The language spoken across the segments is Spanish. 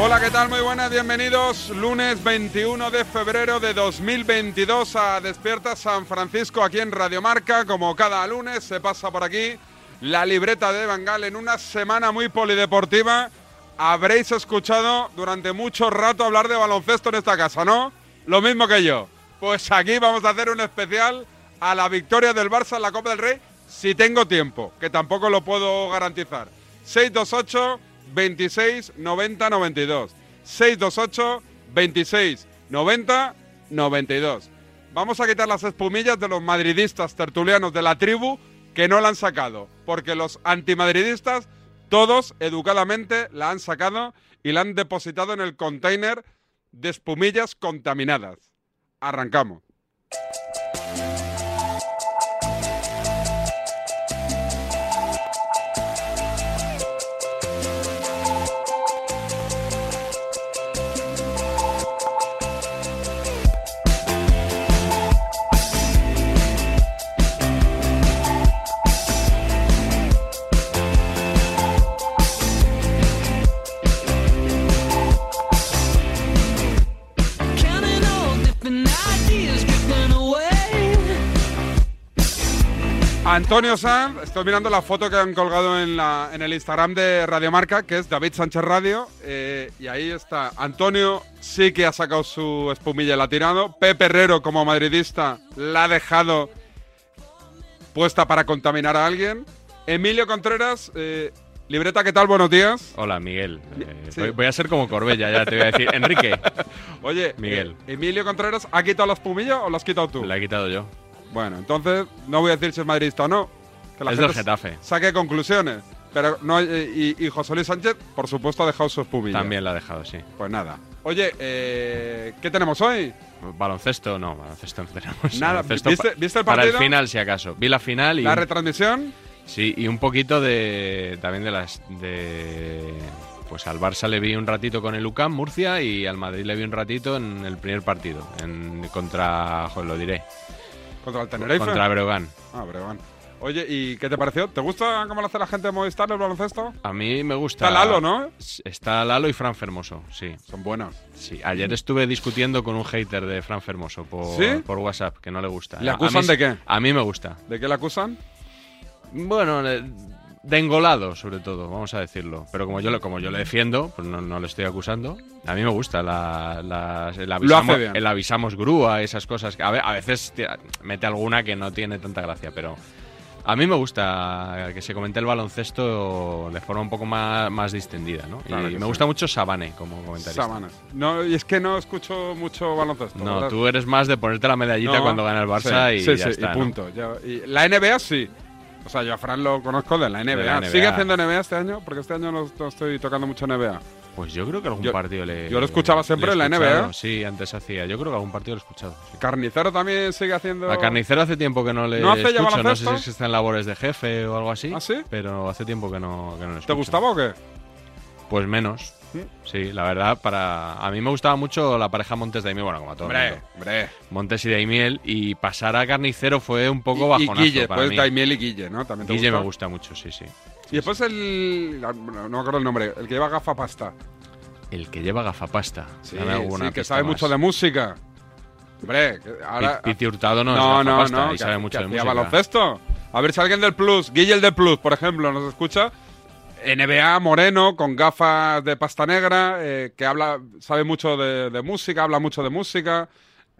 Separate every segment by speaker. Speaker 1: Hola, ¿qué tal? Muy buenas, bienvenidos. Lunes 21 de febrero de 2022 a Despierta San Francisco aquí en Radio Marca. Como cada lunes se pasa por aquí la libreta de Bangal en una semana muy polideportiva. Habréis escuchado durante mucho rato hablar de baloncesto en esta casa, ¿no? Lo mismo que yo. Pues aquí vamos a hacer un especial a la victoria del Barça en la Copa del Rey si tengo tiempo, que tampoco lo puedo garantizar. 628 26 90 92. 628 26 90 92. Vamos a quitar las espumillas de los madridistas tertulianos de la tribu que no la han sacado, porque los antimadridistas todos educadamente la han sacado y la han depositado en el container de espumillas contaminadas. Arrancamos.
Speaker 2: Counting all different ideas drifting away.
Speaker 1: Antonio Sanz, estoy mirando la foto que han colgado en, la- en el Instagram de Radio Marca, que es David Sánchez Radio, eh, y ahí está. Antonio sí que ha sacado su espumilla y la ha tirado. Pepe Herrero, como madridista, la ha dejado puesta para contaminar a alguien. Emilio Contreras, eh, libreta, ¿qué tal? Buenos días.
Speaker 3: Hola, Miguel. Eh,
Speaker 1: Sí.
Speaker 3: voy, voy a ser como Corbella, ya te voy a decir. Enrique,
Speaker 1: Oye,
Speaker 3: Miguel.
Speaker 1: eh, ¿Emilio Contreras ha quitado la espumilla o la has quitado tú?
Speaker 3: la he quitado yo.
Speaker 1: Bueno, entonces no voy a decir si es madridista o no. Que la
Speaker 3: Es
Speaker 1: gente
Speaker 3: del Getafe.
Speaker 1: Saque conclusiones. Pero no, eh, y, y José Luis Sánchez, por supuesto, ha dejado sus pubillas.
Speaker 3: También la he dejado, sí.
Speaker 1: Pues nada. Oye, eh, ¿qué tenemos hoy?
Speaker 3: Baloncesto, no, baloncesto no tenemos.
Speaker 1: Nada,
Speaker 3: Baloncesto
Speaker 1: ¿viste-
Speaker 3: pa-
Speaker 1: viste el
Speaker 3: Para
Speaker 1: partido?
Speaker 3: el final, si acaso. Vi la final y,
Speaker 1: La retransmisión.
Speaker 3: sí, y un poquito de. También de las. De, pues al Barça le vi un ratito con el UCAM, Murcia, y al Madrid le vi un ratito en el primer partido. En, contra. joder, lo diré.
Speaker 1: Contra el Tenerife.
Speaker 3: Contra Breogán.
Speaker 1: Ah, pero bueno. Oye, ¿y qué te pareció? ¿Te gusta cómo lo hace la gente de Movistar el baloncesto?
Speaker 3: A mí me gusta.
Speaker 1: Está Lalo, ¿no?
Speaker 3: Está Lalo y Fran Fermoso, sí.
Speaker 1: Son buenos.
Speaker 3: Sí, ayer estuve discutiendo con un hater de Fran Fermoso por,
Speaker 1: ¿Sí?
Speaker 3: por WhatsApp, que no le gusta. ¿eh?
Speaker 1: ¿Le
Speaker 3: A- a
Speaker 1: acusan
Speaker 3: mí-
Speaker 1: de qué?
Speaker 3: A mí me gusta.
Speaker 1: ¿De qué le acusan?
Speaker 3: Bueno, le- de engolado, sobre todo, vamos a decirlo. Pero como yo, lo- como yo le defiendo, pues no, no le estoy acusando. A mí me gusta la, la- el, avisamos,
Speaker 1: bien.
Speaker 3: el avisamos grúa, esas cosas. que A, ve- a veces te- mete alguna que no tiene tanta gracia, pero... A mí me gusta que se comente el baloncesto de forma un poco más, más distendida, ¿no?
Speaker 1: Claro
Speaker 3: y
Speaker 1: que
Speaker 3: me
Speaker 1: sí.
Speaker 3: gusta mucho Sabane como comentarista.
Speaker 1: Sabana. No, y es que no escucho mucho baloncesto.
Speaker 3: No,
Speaker 1: ¿verdad?
Speaker 3: tú eres más de ponerte la medallita
Speaker 1: No.
Speaker 3: cuando gana el Barça
Speaker 1: Sí,
Speaker 3: y
Speaker 1: sí,
Speaker 3: ya
Speaker 1: sí,
Speaker 3: está,
Speaker 1: y
Speaker 3: ¿no?
Speaker 1: punto. Ya- y la NBA sí. O sea, yo a Fran lo conozco de la NBA.
Speaker 3: De la NBA.
Speaker 1: ¿Sigue haciendo NBA este año? Porque este año no, no estoy tocando mucho NBA.
Speaker 3: Pues yo creo que algún
Speaker 1: Yo-
Speaker 3: partido le
Speaker 1: yo lo escuchaba siempre
Speaker 3: le he
Speaker 1: en la NBA.
Speaker 3: escuchado, Sí, antes hacía. Yo creo que algún partido lo he escuchado. sí.
Speaker 1: Carnicero también sigue haciendo.
Speaker 3: A Carnicero hace tiempo que no le
Speaker 1: ¿No hace ya
Speaker 3: escucho, no sé
Speaker 1: baloncesto?
Speaker 3: si es que está en labores de jefe o algo así,
Speaker 1: ¿Ah, sí?
Speaker 3: pero hace tiempo que no, que no le
Speaker 1: ¿Te
Speaker 3: escucho.
Speaker 1: gustaba o qué?
Speaker 3: Pues menos.
Speaker 1: ¿Mm?
Speaker 3: Sí, la verdad, para a mí me gustaba mucho la pareja Montes de Miel, bueno, como a todo el mundo.
Speaker 1: hombre.
Speaker 3: Montes y Daimiel, y pasar a Carnicero fue un poco
Speaker 1: Y, y
Speaker 3: bajonazo
Speaker 1: Guille,
Speaker 3: para
Speaker 1: pues
Speaker 3: mí.
Speaker 1: Daimiel y Guille, ¿no? También te
Speaker 3: Guille me
Speaker 1: gusta.
Speaker 3: gusta mucho, sí, sí.
Speaker 1: ah, Y después el. la- No me acuerdo el nombre, el que lleva gafa pasta.
Speaker 3: El que lleva gafapasta.
Speaker 1: Sí,
Speaker 3: Dame alguna
Speaker 1: sí, que
Speaker 3: pista
Speaker 1: sabe
Speaker 3: más.
Speaker 1: mucho de música. Hombre, que ahora...
Speaker 3: Pi- Piti Hurtado no,
Speaker 1: no,
Speaker 3: es
Speaker 1: no,
Speaker 3: gafapasta
Speaker 1: no,
Speaker 3: y
Speaker 1: que
Speaker 3: sabe
Speaker 1: ha-
Speaker 3: mucho
Speaker 1: que
Speaker 3: de
Speaker 1: hacía
Speaker 3: música.
Speaker 1: baloncesto. A ver si alguien del Plus, Guille el del Plus, por ejemplo, nos escucha. NBA moreno, con gafas de pasta negra, eh, que habla, sabe mucho de, de música, habla mucho de música.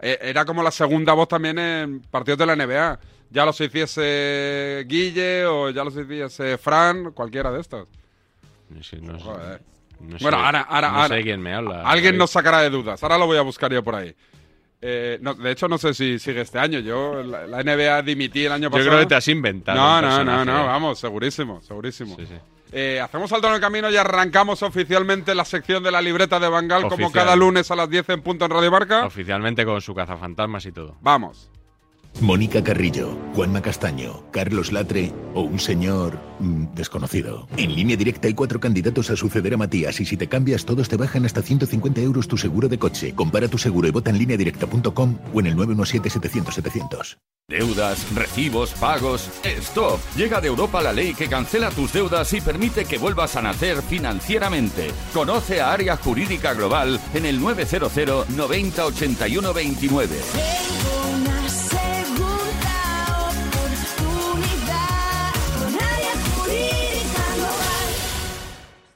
Speaker 1: Eh, era como la segunda voz también en partidos de la NBA. Ya los hiciese Guille o ya los hiciese Fran, cualquiera de estos.
Speaker 3: No sé, no sé-
Speaker 1: Joder.
Speaker 3: no sé-
Speaker 1: Bueno, ahora, ahora,
Speaker 3: no
Speaker 1: ahora.
Speaker 3: sé quién me habla.
Speaker 1: Alguien
Speaker 3: David.
Speaker 1: nos sacará de dudas. Ahora lo voy a buscar yo por ahí. Eh, no, de hecho, no sé si sigue este año. Yo, la, la NBA dimití el año
Speaker 3: Yo
Speaker 1: pasado.
Speaker 3: creo que te has inventado.
Speaker 1: No,
Speaker 3: un
Speaker 1: no, no,
Speaker 3: personaje. ¿eh?
Speaker 1: no, vamos, segurísimo, segurísimo.
Speaker 3: Sí, sí.
Speaker 1: Eh, hacemos salto en el camino y arrancamos oficialmente la sección de la libreta de Bangal, como
Speaker 3: Oficial.
Speaker 1: cada lunes a las 10 en punto en Radio Marca.
Speaker 3: Oficialmente con su cazafantasmas y todo.
Speaker 1: Vamos.
Speaker 4: Mónica Carrillo, Juanma Castaño, Carlos Latre o un señor mm, desconocido. En línea directa hay cuatro candidatos a suceder a Matías y si te cambias todos te bajan hasta 150 euros tu seguro de coche. Compara tu seguro y vota en línea directa.com o en el 917-700-700.
Speaker 5: Deudas, recibos, pagos. ¡Stop! Llega de Europa la ley que cancela tus deudas y permite que vuelvas a nacer financieramente. Conoce a Área Jurídica Global en el 900 90 81 29.
Speaker 6: Tengo una segunda oportunidad con área jurídica global.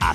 Speaker 7: A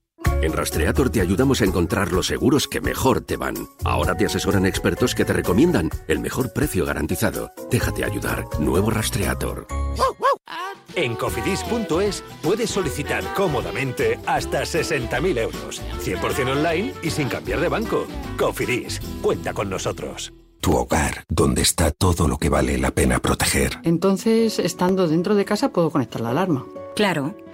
Speaker 8: En Rastreator te ayudamos a encontrar los seguros que mejor te van. Ahora te asesoran expertos que te recomiendan el mejor precio garantizado. Déjate ayudar. Nuevo Rastreator.
Speaker 9: En cofidis.es puedes solicitar cómodamente hasta 60.000 euros, 100% online y sin cambiar de banco. Cofidis, cuenta con nosotros.
Speaker 10: Tu hogar, donde está todo lo que vale la pena proteger.
Speaker 11: Entonces, estando dentro de casa, puedo conectar la alarma.
Speaker 12: Claro.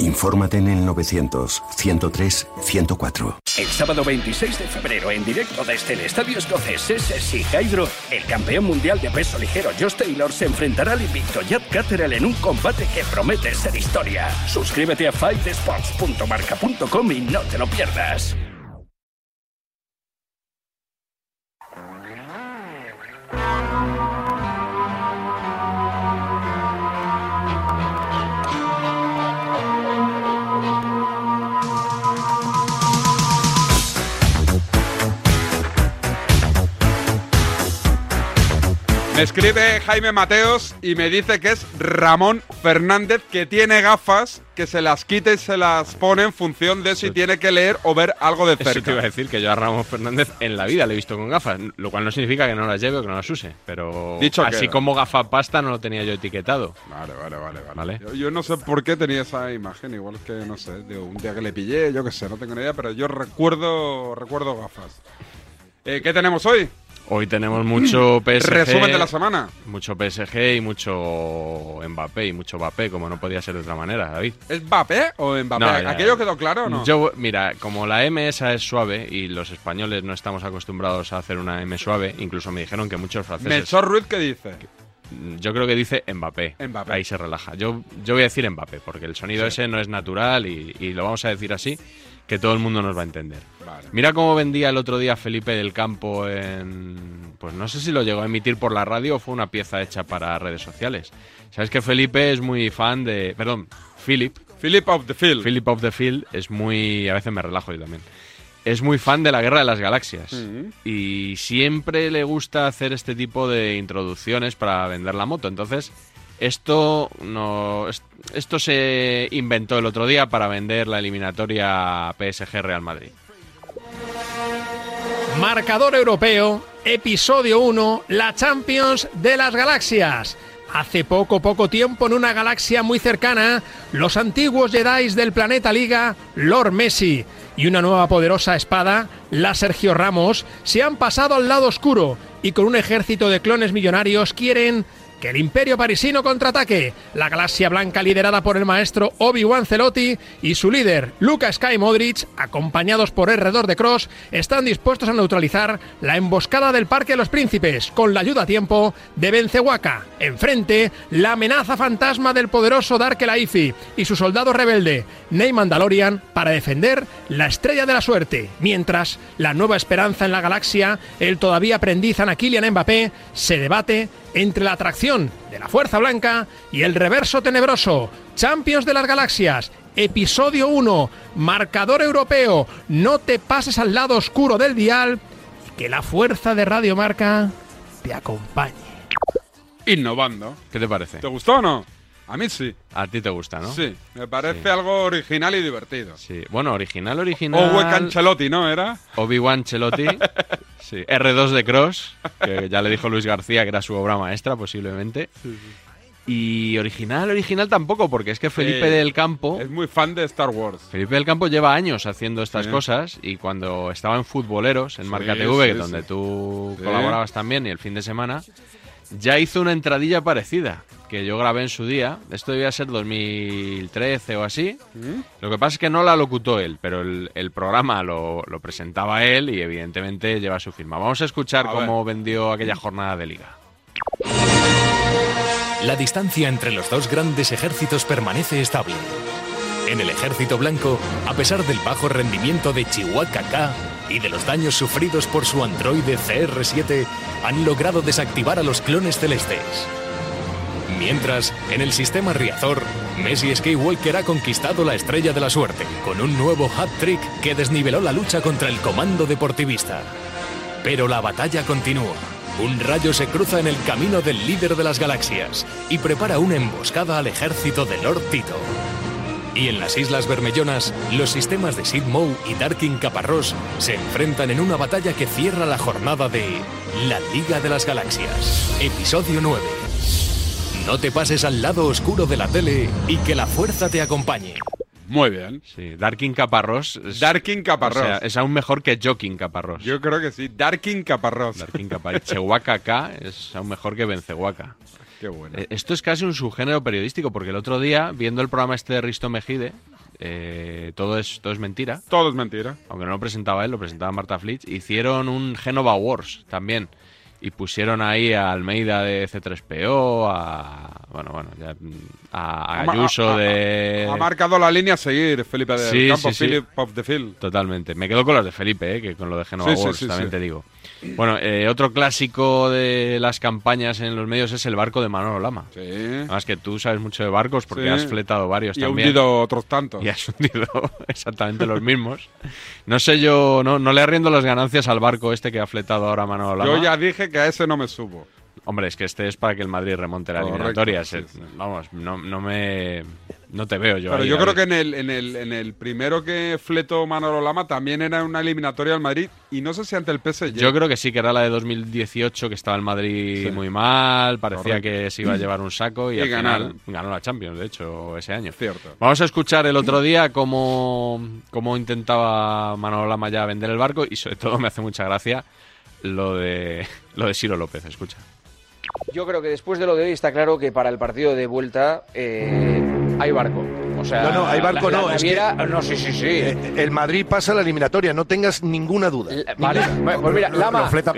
Speaker 10: Infórmate en el 900 103 104.
Speaker 13: El sábado 26 de febrero, en directo desde el estadio escocés SSI Hydro, el campeón mundial de peso ligero Josh Taylor se enfrentará al invicto Jad Catterall en un combate que promete ser historia. Suscríbete a fightsports.marca.com y no te lo pierdas.
Speaker 1: Me escribe Jaime Mateos y me dice que es Ramón Fernández que tiene gafas, que se las quita y se las pone en función de si tiene que leer o ver algo de
Speaker 3: Eso te iba a
Speaker 1: cerca.
Speaker 3: decir que yo a Ramos Fernández en la vida le he visto con gafas, lo cual no significa que no las lleve o que no las use, pero
Speaker 1: Dicho
Speaker 3: así
Speaker 1: queda.
Speaker 3: como gafapasta no lo tenía yo etiquetado.
Speaker 1: Vale, vale, vale, vale. Yo, yo no sé por qué tenía esa imagen, igual que no sé, digo, un día que le pillé, yo qué sé, no tengo ni idea, pero yo recuerdo, recuerdo gafas. Eh, ¿Qué tenemos hoy?
Speaker 3: Hoy tenemos mucho PSG.
Speaker 1: Resumen de la semana.
Speaker 3: Mucho PSG y mucho Mbappé y mucho Mbappé, como no podía ser de otra manera, David.
Speaker 1: ¿Es Mbappé o Mbappé?
Speaker 3: No, ya-
Speaker 1: ¿Aquello quedó claro o no?
Speaker 3: Yo, mira, como la M esa es suave y los españoles no estamos acostumbrados a hacer una M suave, incluso me dijeron que muchos franceses.
Speaker 1: Melchor Ruiz, ¿qué dice?
Speaker 3: Yo creo que dice Mbappé.
Speaker 1: Mbappé.
Speaker 3: Ahí se relaja. Yo, yo voy a decir Mbappé, porque el sonido ese no es natural y, y lo vamos a decir así, que todo el mundo nos va a entender.
Speaker 1: Vale.
Speaker 3: Mira cómo vendía el otro día Felipe del Campo en... Pues no sé si lo llegó a emitir por la radio o fue una pieza hecha para redes sociales. Sabes que Felipe es muy fan de... Perdón, Philip.
Speaker 1: Philip of the Field.
Speaker 3: Philip of the Field es muy... A veces me relajo yo también. es muy fan de la Guerra de las Galaxias
Speaker 1: Mhm.
Speaker 3: y siempre le gusta hacer este tipo de introducciones para vender la moto. Entonces, esto no es- esto se inventó el otro día para vender la eliminatoria PSG Real Madrid.
Speaker 14: Marcador Europeo, episodio 1, la Champions de las Galaxias. Hace poco, poco tiempo, en una galaxia muy cercana, los antiguos Jedi del planeta Liga, Lord Messi y una nueva poderosa espada, la Sergio Ramos, se han pasado al lado oscuro y con un ejército de clones millonarios quieren que el imperio parisino contraataque. La galaxia blanca liderada por el maestro Obi-Wan Celotti y su líder, Luca Sky Modric, acompañados por Herredor de Cross, están dispuestos a neutralizar la emboscada del Parque de los Príncipes con la ayuda a tiempo de Bencehuaca. Enfrente, la amenaza fantasma del poderoso Dark Elaifi y su soldado rebelde, Ney Mandalorian, para defender la estrella de la suerte. Mientras, la nueva esperanza en la galaxia, el todavía aprendiz Anaquilian Mbappé, se debate entre la atracción de la Fuerza Blanca y el reverso tenebroso. Champions de las Galaxias, episodio 1, marcador europeo, no te pases al lado oscuro del dial, y que la fuerza de Radio Marca te acompañe.
Speaker 1: Innovando.
Speaker 3: ¿Qué te parece?
Speaker 1: ¿Te gustó o no? A mí sí.
Speaker 3: A ti te gusta, ¿no?
Speaker 1: Sí, me parece
Speaker 3: Sí.
Speaker 1: algo original y divertido.
Speaker 3: Sí. Bueno, original, original.
Speaker 1: Owe Cancelotti, ¿no era?
Speaker 3: Obi-Wan Chelotti. Sí. R2 de Cross, que ya le dijo Luis García que era su obra maestra, posiblemente. Y original, original tampoco, porque es que Felipe
Speaker 1: Eh,
Speaker 3: del Campo.
Speaker 1: Es muy fan de Star Wars.
Speaker 3: Pues Felipe del Campo lleva años haciendo estas
Speaker 1: Sí.
Speaker 3: cosas y cuando estaba en Futboleros, en
Speaker 1: Sí,
Speaker 3: Marca TV,
Speaker 1: sí,
Speaker 3: donde
Speaker 1: sí.
Speaker 3: tú
Speaker 1: Sí.
Speaker 3: colaborabas también y el fin de semana, ya hizo una entradilla parecida que yo grabé en su día. Esto debía ser 2013 o así. Lo que pasa es que no la locutó él, pero el, el programa lo, lo presentaba él y evidentemente lleva su firma. Vamos a escuchar
Speaker 9: A ver.
Speaker 3: cómo vendió aquella jornada de liga.
Speaker 9: La distancia entre los dos grandes ejércitos permanece estable. En el ejército blanco, a pesar del bajo rendimiento de Chihuahua K y de los daños sufridos por su androide CR7, han logrado desactivar a los clones celestes. Mientras, en el sistema Riazor, Messi Skywalker ha conquistado la estrella de la suerte, con un nuevo hat-trick que desniveló la lucha contra el comando deportivista. Pero la batalla continúa. Un rayo se cruza en el camino del líder de las galaxias y prepara una emboscada al ejército de Lord Tito. Y en las Islas Bermellonas, los sistemas de Sid Moe y Darkin Caparrós se enfrentan en una batalla que cierra la jornada de La Liga de las Galaxias, episodio 9. No te pases al lado oscuro de la tele y que la fuerza te acompañe.
Speaker 1: Muy bien.
Speaker 3: Sí, Darkin Caparrós. es-
Speaker 1: Darkin Caparrós.
Speaker 3: o sea, es aún mejor que Joking Caparrós.
Speaker 1: Yo creo que sí. Darkin Caparrós.
Speaker 3: Darkin Caparrós. Chehuaca K es aún mejor que Bencehuaca.
Speaker 1: Qué bueno.
Speaker 3: Eh, Esto es casi un subgénero periodístico, porque el otro día, viendo el programa este de Risto Mejide, eh, todo, es, todo es mentira.
Speaker 1: Todo es mentira.
Speaker 3: Aunque no lo presentaba él, lo presentaba Marta Flitch. Hicieron un Genova Wars también. Y pusieron ahí a Almeida de C3PO, a. Bueno, bueno, ya, mm, a, a
Speaker 1: ma-
Speaker 3: Ayuso
Speaker 1: a- a-
Speaker 3: de.
Speaker 1: Ha marcado la línea a seguir, Felipe del
Speaker 3: Sí,
Speaker 1: Campo,
Speaker 3: sí, sí.
Speaker 1: Philip of the Field.
Speaker 3: Totalmente. Me quedo con las de Felipe, eh, que con lo de Genova
Speaker 1: Sí, sí,
Speaker 3: Wars,
Speaker 1: sí,
Speaker 3: también
Speaker 1: sí.
Speaker 3: te digo. Bueno, eh, otro clásico de las campañas en los medios es el barco de Manolo Lama. Además que tú sabes mucho de barcos porque
Speaker 1: Sí.
Speaker 3: has fletado varios
Speaker 1: Y ha
Speaker 3: también.
Speaker 1: hundido otros tantos.
Speaker 3: Y has hundido exactamente los mismos. No sé yo, no, no le arriendo las ganancias al barco este que ha fletado ahora Manolo Lama.
Speaker 1: Yo ya dije que a ese no me subo.
Speaker 3: Hombre, es que este es para que el Madrid remonte la
Speaker 1: Correcto,
Speaker 3: eliminatoria.
Speaker 1: sí,
Speaker 3: Se- Vamos, no, no me... No te veo yo
Speaker 1: Pero
Speaker 3: ahí,
Speaker 1: yo creo
Speaker 3: David.
Speaker 1: que en el, en, el, en el primero que fletó Manolo Lama también era una eliminatoria al Madrid y no sé si ante el PSG.
Speaker 3: Yo creo que sí, que era la de 2018, que estaba el Madrid muy mal, parecía
Speaker 1: Correcto.
Speaker 3: que se iba a llevar un saco y,
Speaker 1: Y
Speaker 3: al final
Speaker 1: ganar.
Speaker 3: ganó la Champions, de hecho, ese año.
Speaker 1: Cierto.
Speaker 3: Vamos a escuchar el otro día cómo, cómo intentaba Manolo Lama ya vender el barco y sobre todo me hace mucha gracia lo de, lo de Ciro López, escucha.
Speaker 7: Yo creo que después de lo de hoy está claro que para el partido de vuelta eh, hay barco. O sea,
Speaker 15: No, no, hay barco
Speaker 7: la- la
Speaker 15: no. es que-
Speaker 7: naviera- no, sí, sí, sí.
Speaker 15: Eh, El Madrid pasa a la eliminatoria, no tengas ninguna duda.
Speaker 7: Vale, bueno, pues mira,
Speaker 15: Lo- lo-
Speaker 7: Lama.
Speaker 15: lo fleta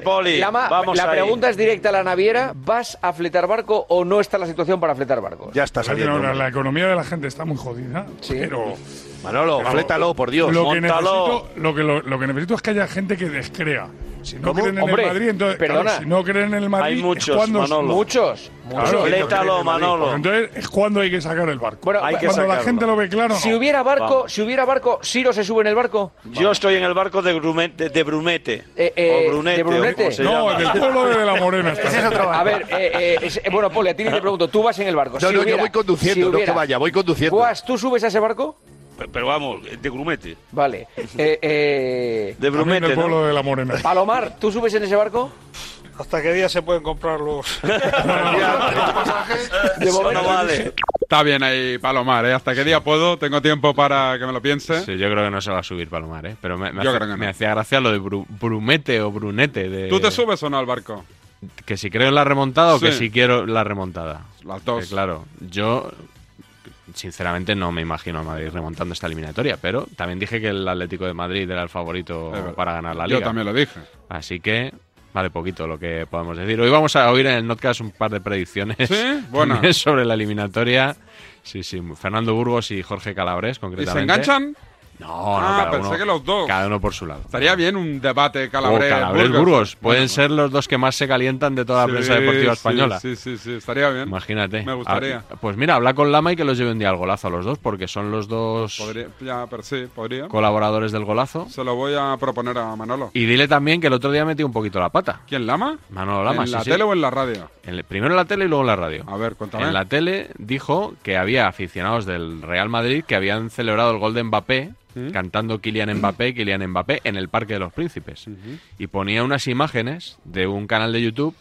Speaker 15: Poli.
Speaker 7: Lama, la pregunta es directa a la naviera. ¿Vas a fletar barco o no está la situación para fletar barcos?
Speaker 15: Ya está
Speaker 16: Pero la, la economía de la gente está muy jodida, pero
Speaker 17: Manolo,
Speaker 18: Claro.
Speaker 17: flétalo, por Dios.
Speaker 18: Lo que,
Speaker 17: Móntalo.
Speaker 18: necesito, lo, que, lo, lo que necesito es que haya gente que descrea. Si no
Speaker 17: ¿Cómo?
Speaker 18: creen en
Speaker 17: Hombre,
Speaker 18: el Madrid, entonces.
Speaker 17: perdona.
Speaker 18: claro, si no creen en el Madrid,
Speaker 17: Hay muchos,
Speaker 18: es cuando
Speaker 17: Manolo. Muchos, muchos.
Speaker 18: Claro,
Speaker 17: Flétalo,
Speaker 18: Pues
Speaker 17: Manolo.
Speaker 18: Entonces es cuando hay que sacar el barco.
Speaker 17: Bueno, Hay que
Speaker 18: cuando la
Speaker 17: sacarlo.
Speaker 18: gente lo ve claro.
Speaker 19: Si
Speaker 18: no.
Speaker 19: hubiera barco,
Speaker 17: Vamos.
Speaker 19: si hubiera barco, Ciro se sube en el barco.
Speaker 20: Yo estoy en el barco de, Grume- de- de Brumete.
Speaker 19: Eh, eh,
Speaker 20: o Brunete.
Speaker 19: de Brunete.
Speaker 20: o como se
Speaker 19: No,
Speaker 20: llama.
Speaker 18: del pueblo de la Morena.
Speaker 19: A ver, eh, eh, es- eh, bueno, Poli, a ti te pregunto, tú vas en el barco.
Speaker 17: No,
Speaker 19: Si
Speaker 17: no, yo
Speaker 19: hubiera-
Speaker 17: voy conduciendo,
Speaker 19: si
Speaker 17: no que
Speaker 19: hubiera-
Speaker 17: vaya, voy conduciendo.
Speaker 19: Guas, ¿tú subes a ese barco?
Speaker 20: Pe- Pero vamos, de Grumete.
Speaker 19: Vale. Eh, eh,
Speaker 20: De
Speaker 18: También
Speaker 20: Brumete.
Speaker 18: del pueblo
Speaker 20: ¿no?
Speaker 18: de la Morena.
Speaker 19: Ah, Palomar, ¿tú subes en ese barco?
Speaker 21: ¿Hasta qué día se pueden comprar los.?
Speaker 19: De
Speaker 20: Eso
Speaker 19: momento-
Speaker 20: no vale.
Speaker 1: Está bien ahí Palomar, ¿eh? ¿Hasta qué día puedo? Tengo tiempo para que me lo piense.
Speaker 3: Sí, yo creo que no se va a subir Palomar, ¿eh? Pero me, me
Speaker 1: Yo
Speaker 3: hace-
Speaker 1: creo que no.
Speaker 3: me hacía gracia lo de Bru- Brumete o Brunete. De,
Speaker 1: ¿Tú te subes o no al barco?
Speaker 3: Que si creo en la remontada o que
Speaker 1: Sí.
Speaker 3: si quiero la remontada.
Speaker 1: Las dos.
Speaker 3: Que claro, yo sinceramente no me imagino a Madrid remontando esta eliminatoria, pero también dije que el Atlético de Madrid era el favorito
Speaker 1: Es verdad.
Speaker 3: para ganar la
Speaker 1: Yo
Speaker 3: liga.
Speaker 1: también lo dije.
Speaker 3: Así que vale poquito lo que podemos decir. Hoy vamos a oír en el podcast un par de predicciones
Speaker 1: Sí, buena.
Speaker 3: también sobre la eliminatoria. Sí, sí, Fernando Burgos y Jorge Calabres
Speaker 1: ¿Y
Speaker 3: concretamente.
Speaker 1: se enganchan?
Speaker 3: No, no,
Speaker 1: Ah,
Speaker 3: cada
Speaker 1: pensé
Speaker 3: uno-
Speaker 1: que los dos.
Speaker 3: Cada uno por su lado. Oh,
Speaker 1: Estaría bien un debate
Speaker 3: O
Speaker 1: Calabres.
Speaker 3: Calabres
Speaker 1: Burgos. pues-
Speaker 3: Burgos. Pueden ser los dos que más se calientan de toda la
Speaker 1: Sí,
Speaker 3: prensa deportiva
Speaker 1: sí,
Speaker 3: española.
Speaker 1: Sí, sí, sí, estaría bien.
Speaker 3: Imagínate.
Speaker 1: Me gustaría.
Speaker 3: Ah, pues mira, habla con Lama y que los lleve un día al golazo a los dos, porque son los dos
Speaker 1: Podría, ya, pero sí, podría.
Speaker 3: colaboradores del golazo.
Speaker 1: Se lo voy a proponer a Manolo.
Speaker 3: Y dile también que el otro día metió un poquito la pata.
Speaker 1: ¿Quién, Lama?
Speaker 3: Manolo Lama,
Speaker 1: ¿En
Speaker 3: sí,
Speaker 1: la
Speaker 3: sí.
Speaker 1: tele o en la radio?
Speaker 3: En- primero en la tele y luego en la radio.
Speaker 1: A ver, cuéntame.
Speaker 3: En la tele dijo que había aficionados del Real Madrid que habían celebrado el gol de Mbappé
Speaker 1: ¿Mm?
Speaker 3: cantando Kylian Mbappé, Kylian Mbappé en el Parque de los Príncipes. Y ponía unas imágenes de un canal de YouTube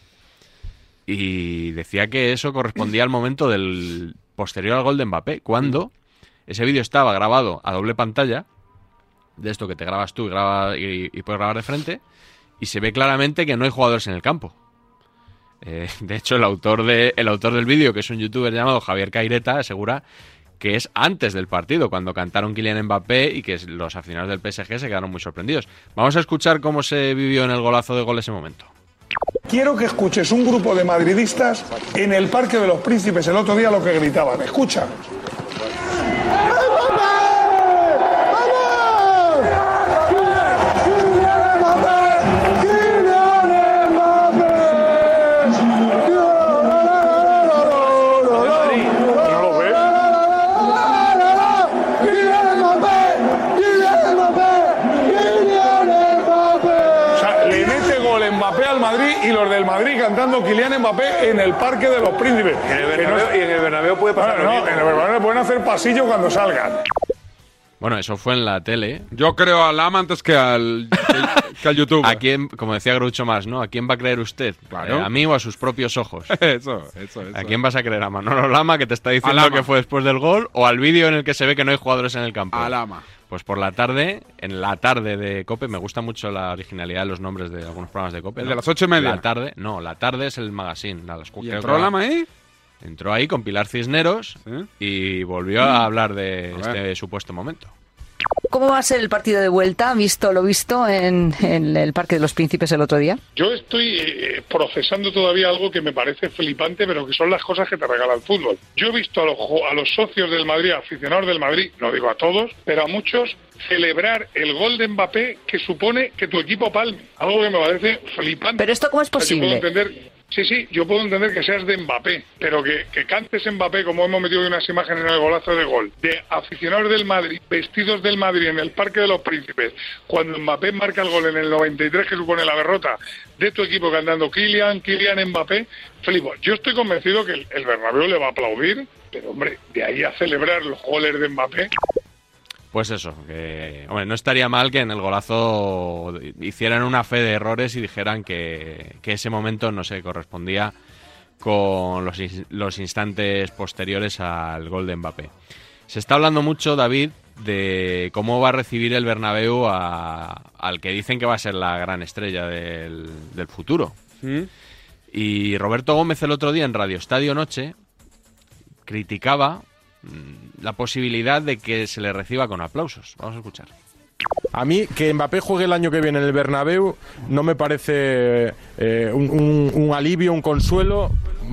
Speaker 3: y decía que eso correspondía al momento del posterior al gol de Mbappé, cuando ese vídeo estaba grabado a doble pantalla, de esto que te grabas tú y, graba, y, y puedes grabar de frente, y se ve claramente que no hay jugadores en el campo. Eh, de hecho, el autor, de, el autor del vídeo, que es un youtuber llamado Javier Caireta, asegura que es antes del partido, cuando cantaron Kylian Mbappé y que los aficionados del PSG se quedaron muy sorprendidos. Vamos a escuchar cómo se vivió en el golazo de gol ese momento.
Speaker 16: Quiero que escuches un grupo de madridistas en el Parque de los Príncipes el otro día lo que gritaban. Escucha. O sea, le mete gol Mbappé al Madrid y los del Madrid cantando Kylian Mbappé en el Parque de los Príncipes.
Speaker 17: y en el Bernabéu puede pasar
Speaker 16: Bueno,
Speaker 17: lo
Speaker 16: no,
Speaker 17: mismo.
Speaker 16: en el Bernabéu le pueden hacer pasillo cuando salgan.
Speaker 3: Bueno, eso fue en la tele.
Speaker 1: Yo creo a Lama antes que al, que, que al YouTube.
Speaker 3: ¿A quién, como decía Groucho más, ¿no? ¿A quién va a creer usted?
Speaker 1: Claro.
Speaker 3: Eh, ¿A mí o a sus propios ojos?
Speaker 1: Eso, eso, eso.
Speaker 3: ¿A quién vas a creer? ¿A Manolo Lama, que te está
Speaker 1: A
Speaker 3: diciendo
Speaker 1: Lama.
Speaker 3: que fue después del gol? ¿O al vídeo en el que se ve que no hay jugadores en el campo?
Speaker 1: A Lama.
Speaker 3: Pues por la tarde, en la tarde de COPE, me gusta mucho la originalidad de los nombres de algunos programas de COPE.
Speaker 1: El
Speaker 3: ¿no?
Speaker 1: de las ocho y media.
Speaker 3: La tarde, no, la tarde es el magazine. a las cu-
Speaker 1: ¿Y
Speaker 3: creo
Speaker 1: entró
Speaker 3: que-
Speaker 1: Lama ahí?
Speaker 3: Entró ahí con Pilar Cisneros y volvió
Speaker 1: Mm.
Speaker 3: a hablar de
Speaker 1: A ver.
Speaker 3: este supuesto momento.
Speaker 22: ¿Cómo va a ser el partido de vuelta, visto lo visto en, en el Parque de los Príncipes el otro día?
Speaker 16: Yo estoy eh, eh, procesando todavía algo que me parece flipante, pero que son las cosas que te regala el fútbol. Yo he visto a los, jo- a los socios del Madrid, aficionados del Madrid, no digo a todos, pero a muchos, celebrar el gol de Mbappé que supone que tu equipo palme. Algo que me parece flipante. ¿Pero
Speaker 22: esto cómo es
Speaker 16: yo
Speaker 22: posible?
Speaker 16: puedo entender, sí, sí, yo puedo entender que seas de Mbappé, pero que, que cantes Mbappé, como hemos metido hoy unas imágenes en el golazo de gol, de aficionados del Madrid, vestidos del Madrid en el Parque de los Príncipes, cuando Mbappé marca el gol en el 93, que supone la derrota de tu equipo cantando Kylian, Kylian Mbappé, flipo. Yo estoy convencido que el, el Bernabéu le va a aplaudir, pero hombre, de ahí a celebrar los goles de Mbappé.
Speaker 3: Pues eso, que hombre, no estaría mal que en el golazo hicieran una fe de errores y dijeran que, que ese momento no se correspondía con los, ins- los instantes posteriores al gol de Mbappé. Se está hablando mucho, David, de cómo va a recibir el Bernabéu a- al que dicen que va a ser la gran estrella del, del futuro. Y Roberto Gómez el otro día en Radio Estadio Noche criticaba mm, la posibilidad de que se le reciba con aplausos. Vamos a escuchar.
Speaker 23: A mí que Mbappé juegue el año que viene en el Bernabéu no me parece eh, un, un- un alivio, un consuelo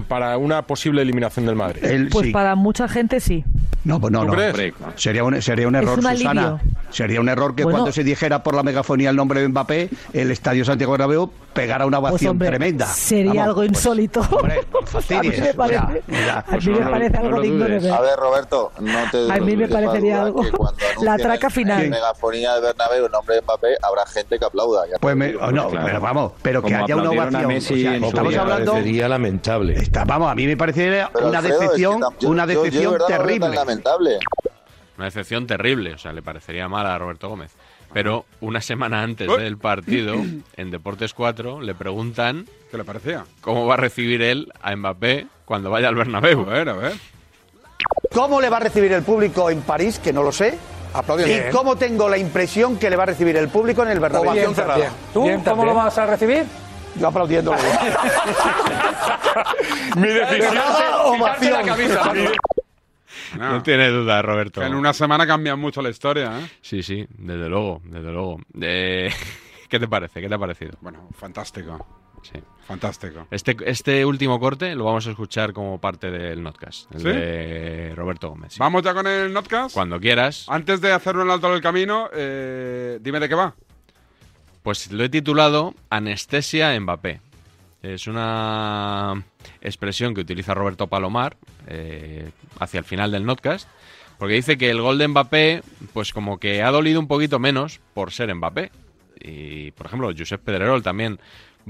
Speaker 23: para una posible eliminación del Madrid.
Speaker 24: Pues para mucha gente sí.
Speaker 19: No, pues no,
Speaker 25: ¿Tú
Speaker 19: no.
Speaker 25: crees?
Speaker 19: hombre. Sería un, sería un
Speaker 26: Es
Speaker 19: error,
Speaker 26: un alivio.
Speaker 19: Susana. Sería un error que
Speaker 26: Bueno.
Speaker 19: cuando se dijera por la megafonía el nombre de Mbappé, el estadio Santiago Bernabéu pegara una
Speaker 26: Pues,
Speaker 19: ovación
Speaker 26: hombre,
Speaker 19: tremenda.
Speaker 26: Sería
Speaker 19: Vamos,
Speaker 6: pues,
Speaker 26: algo insólito. a mí
Speaker 19: fastidies.
Speaker 26: me parece,
Speaker 19: Mira, mira,
Speaker 26: a
Speaker 19: pues
Speaker 26: mí me
Speaker 19: no lo-
Speaker 26: parece
Speaker 19: no
Speaker 26: algo
Speaker 19: lo
Speaker 26: digno de
Speaker 19: dudes.
Speaker 26: ver.
Speaker 5: A ver, Roberto, no te
Speaker 26: A mí me
Speaker 5: no te
Speaker 26: parecería
Speaker 5: duda
Speaker 26: algo-
Speaker 5: que cuando
Speaker 26: la
Speaker 5: anuncien
Speaker 26: traca
Speaker 5: en-
Speaker 26: final.
Speaker 5: En megafonía de Bernabéu, el nombre de Mbappé, habrá gente que aplauda. ya
Speaker 19: Pues
Speaker 5: te
Speaker 19: me-
Speaker 5: digo.
Speaker 19: oh, no, pero vamos, pero que haya una ovación. o sea, estamos hablando.
Speaker 27: Sería lamentable.
Speaker 19: Está, vamos, a mí me parecería
Speaker 5: Pero,
Speaker 19: una
Speaker 5: Alfredo, es que
Speaker 19: decepción,
Speaker 5: tam- yo-
Speaker 19: una
Speaker 5: yo- yo de
Speaker 19: decepción
Speaker 5: verdad no lo veo tan
Speaker 19: terrible.
Speaker 5: lamentable.
Speaker 3: Una decepción terrible, o sea, le parecería mal a Roberto Gómez. Pero una semana antes del partido, en Deportes 4, le preguntan
Speaker 1: ¿Qué le parecía?
Speaker 3: cómo va a recibir él a Mbappé cuando vaya al Bernabéu. A
Speaker 1: ver, a ver.
Speaker 28: ¿Cómo le va a recibir el público en París? Que no lo sé.
Speaker 5: Aplaudiendo.
Speaker 28: ¿Y cómo tengo la impresión que le va a recibir el público en el Bernabéu?
Speaker 5: Ovación Bien, cerrada. también.
Speaker 28: ¿Tú
Speaker 5: Bien,
Speaker 28: cómo
Speaker 5: también.
Speaker 28: lo vas a recibir? Yo aplaudiendo.
Speaker 5: Mi decisión
Speaker 28: ovación.
Speaker 3: No.
Speaker 23: Ah.
Speaker 3: tiene duda, Roberto.
Speaker 1: Que en una semana cambian mucho la historia, ¿eh?
Speaker 3: Sí, sí, desde luego, desde luego. Eh, ¿Qué te parece? ¿Qué te ha parecido?
Speaker 1: Bueno, fantástico.
Speaker 3: Sí.
Speaker 1: Fantástico.
Speaker 3: Este, este último corte lo vamos a escuchar como parte del notcast, el
Speaker 1: ¿Sí?
Speaker 3: de Roberto Gómez. sí.
Speaker 1: Vamos ya con el notcast.
Speaker 3: Cuando quieras,
Speaker 1: Antes de hacer un alto del camino, eh, dime de qué va.
Speaker 3: Pues lo he titulado Anestesia Mbappé. Es una expresión que utiliza Roberto Palomar eh, hacia el final del podcast, porque dice que el gol de Mbappé, pues como que ha dolido un poquito menos por ser Mbappé. Y, por ejemplo, Josep Pedrerol también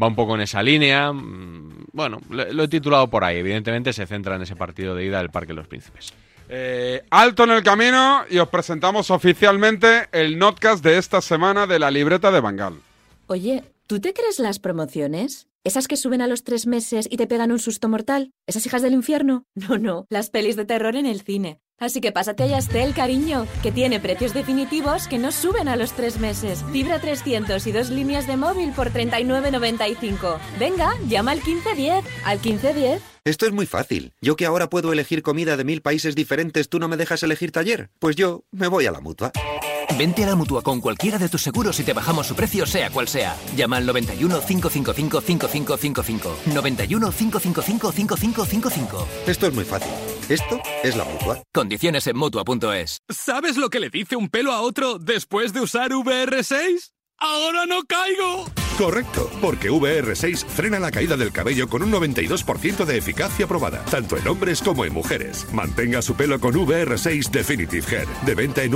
Speaker 3: va un poco en esa línea. Mm, Bueno, lo, lo he titulado por ahí. Evidentemente se centra en ese partido de ida del Parque de los Príncipes.
Speaker 1: Eh, alto en el camino y os presentamos oficialmente el notcast de esta semana de la libreta de Bangal.
Speaker 28: Oye, ¿tú te crees las promociones? ¿Esas que suben a los tres meses y te pegan un susto mortal? ¿Esas hijas del infierno? No, no, las pelis de terror en el cine. Así que pásate a Yastel, cariño, que tiene precios definitivos que no suben a los tres meses. Fibra 300 y dos líneas de móvil por 39,95. Venga, llama al 1510. Al 1510.
Speaker 29: Esto es muy fácil. Yo que ahora puedo elegir comida de mil países diferentes, ¿tú no me dejas elegir taller? Pues yo me voy a la mutua.
Speaker 30: Vente a la mutua con cualquiera de tus seguros y te bajamos su precio, sea cual sea. Llama al 91 555 5555. 91 555 5555.
Speaker 29: Esto es muy fácil. Esto es la mutua.
Speaker 30: Condiciones en mutua.es.
Speaker 6: ¿Sabes lo que le dice un pelo a otro después de usar VR6? ¡Ahora no caigo!
Speaker 9: Correcto, porque VR6 frena la caída del cabello con un 92% de eficacia probada, tanto en hombres como en mujeres. Mantenga su pelo con VR6 Definitive Hair, de venta en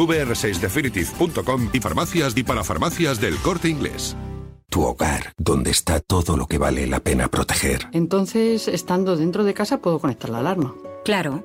Speaker 9: vr6definitive.com y farmacias y para farmacias del corte inglés.
Speaker 31: Tu hogar, donde está todo lo que vale la pena proteger.
Speaker 32: Entonces, estando dentro de casa, puedo conectar la alarma.
Speaker 12: Claro.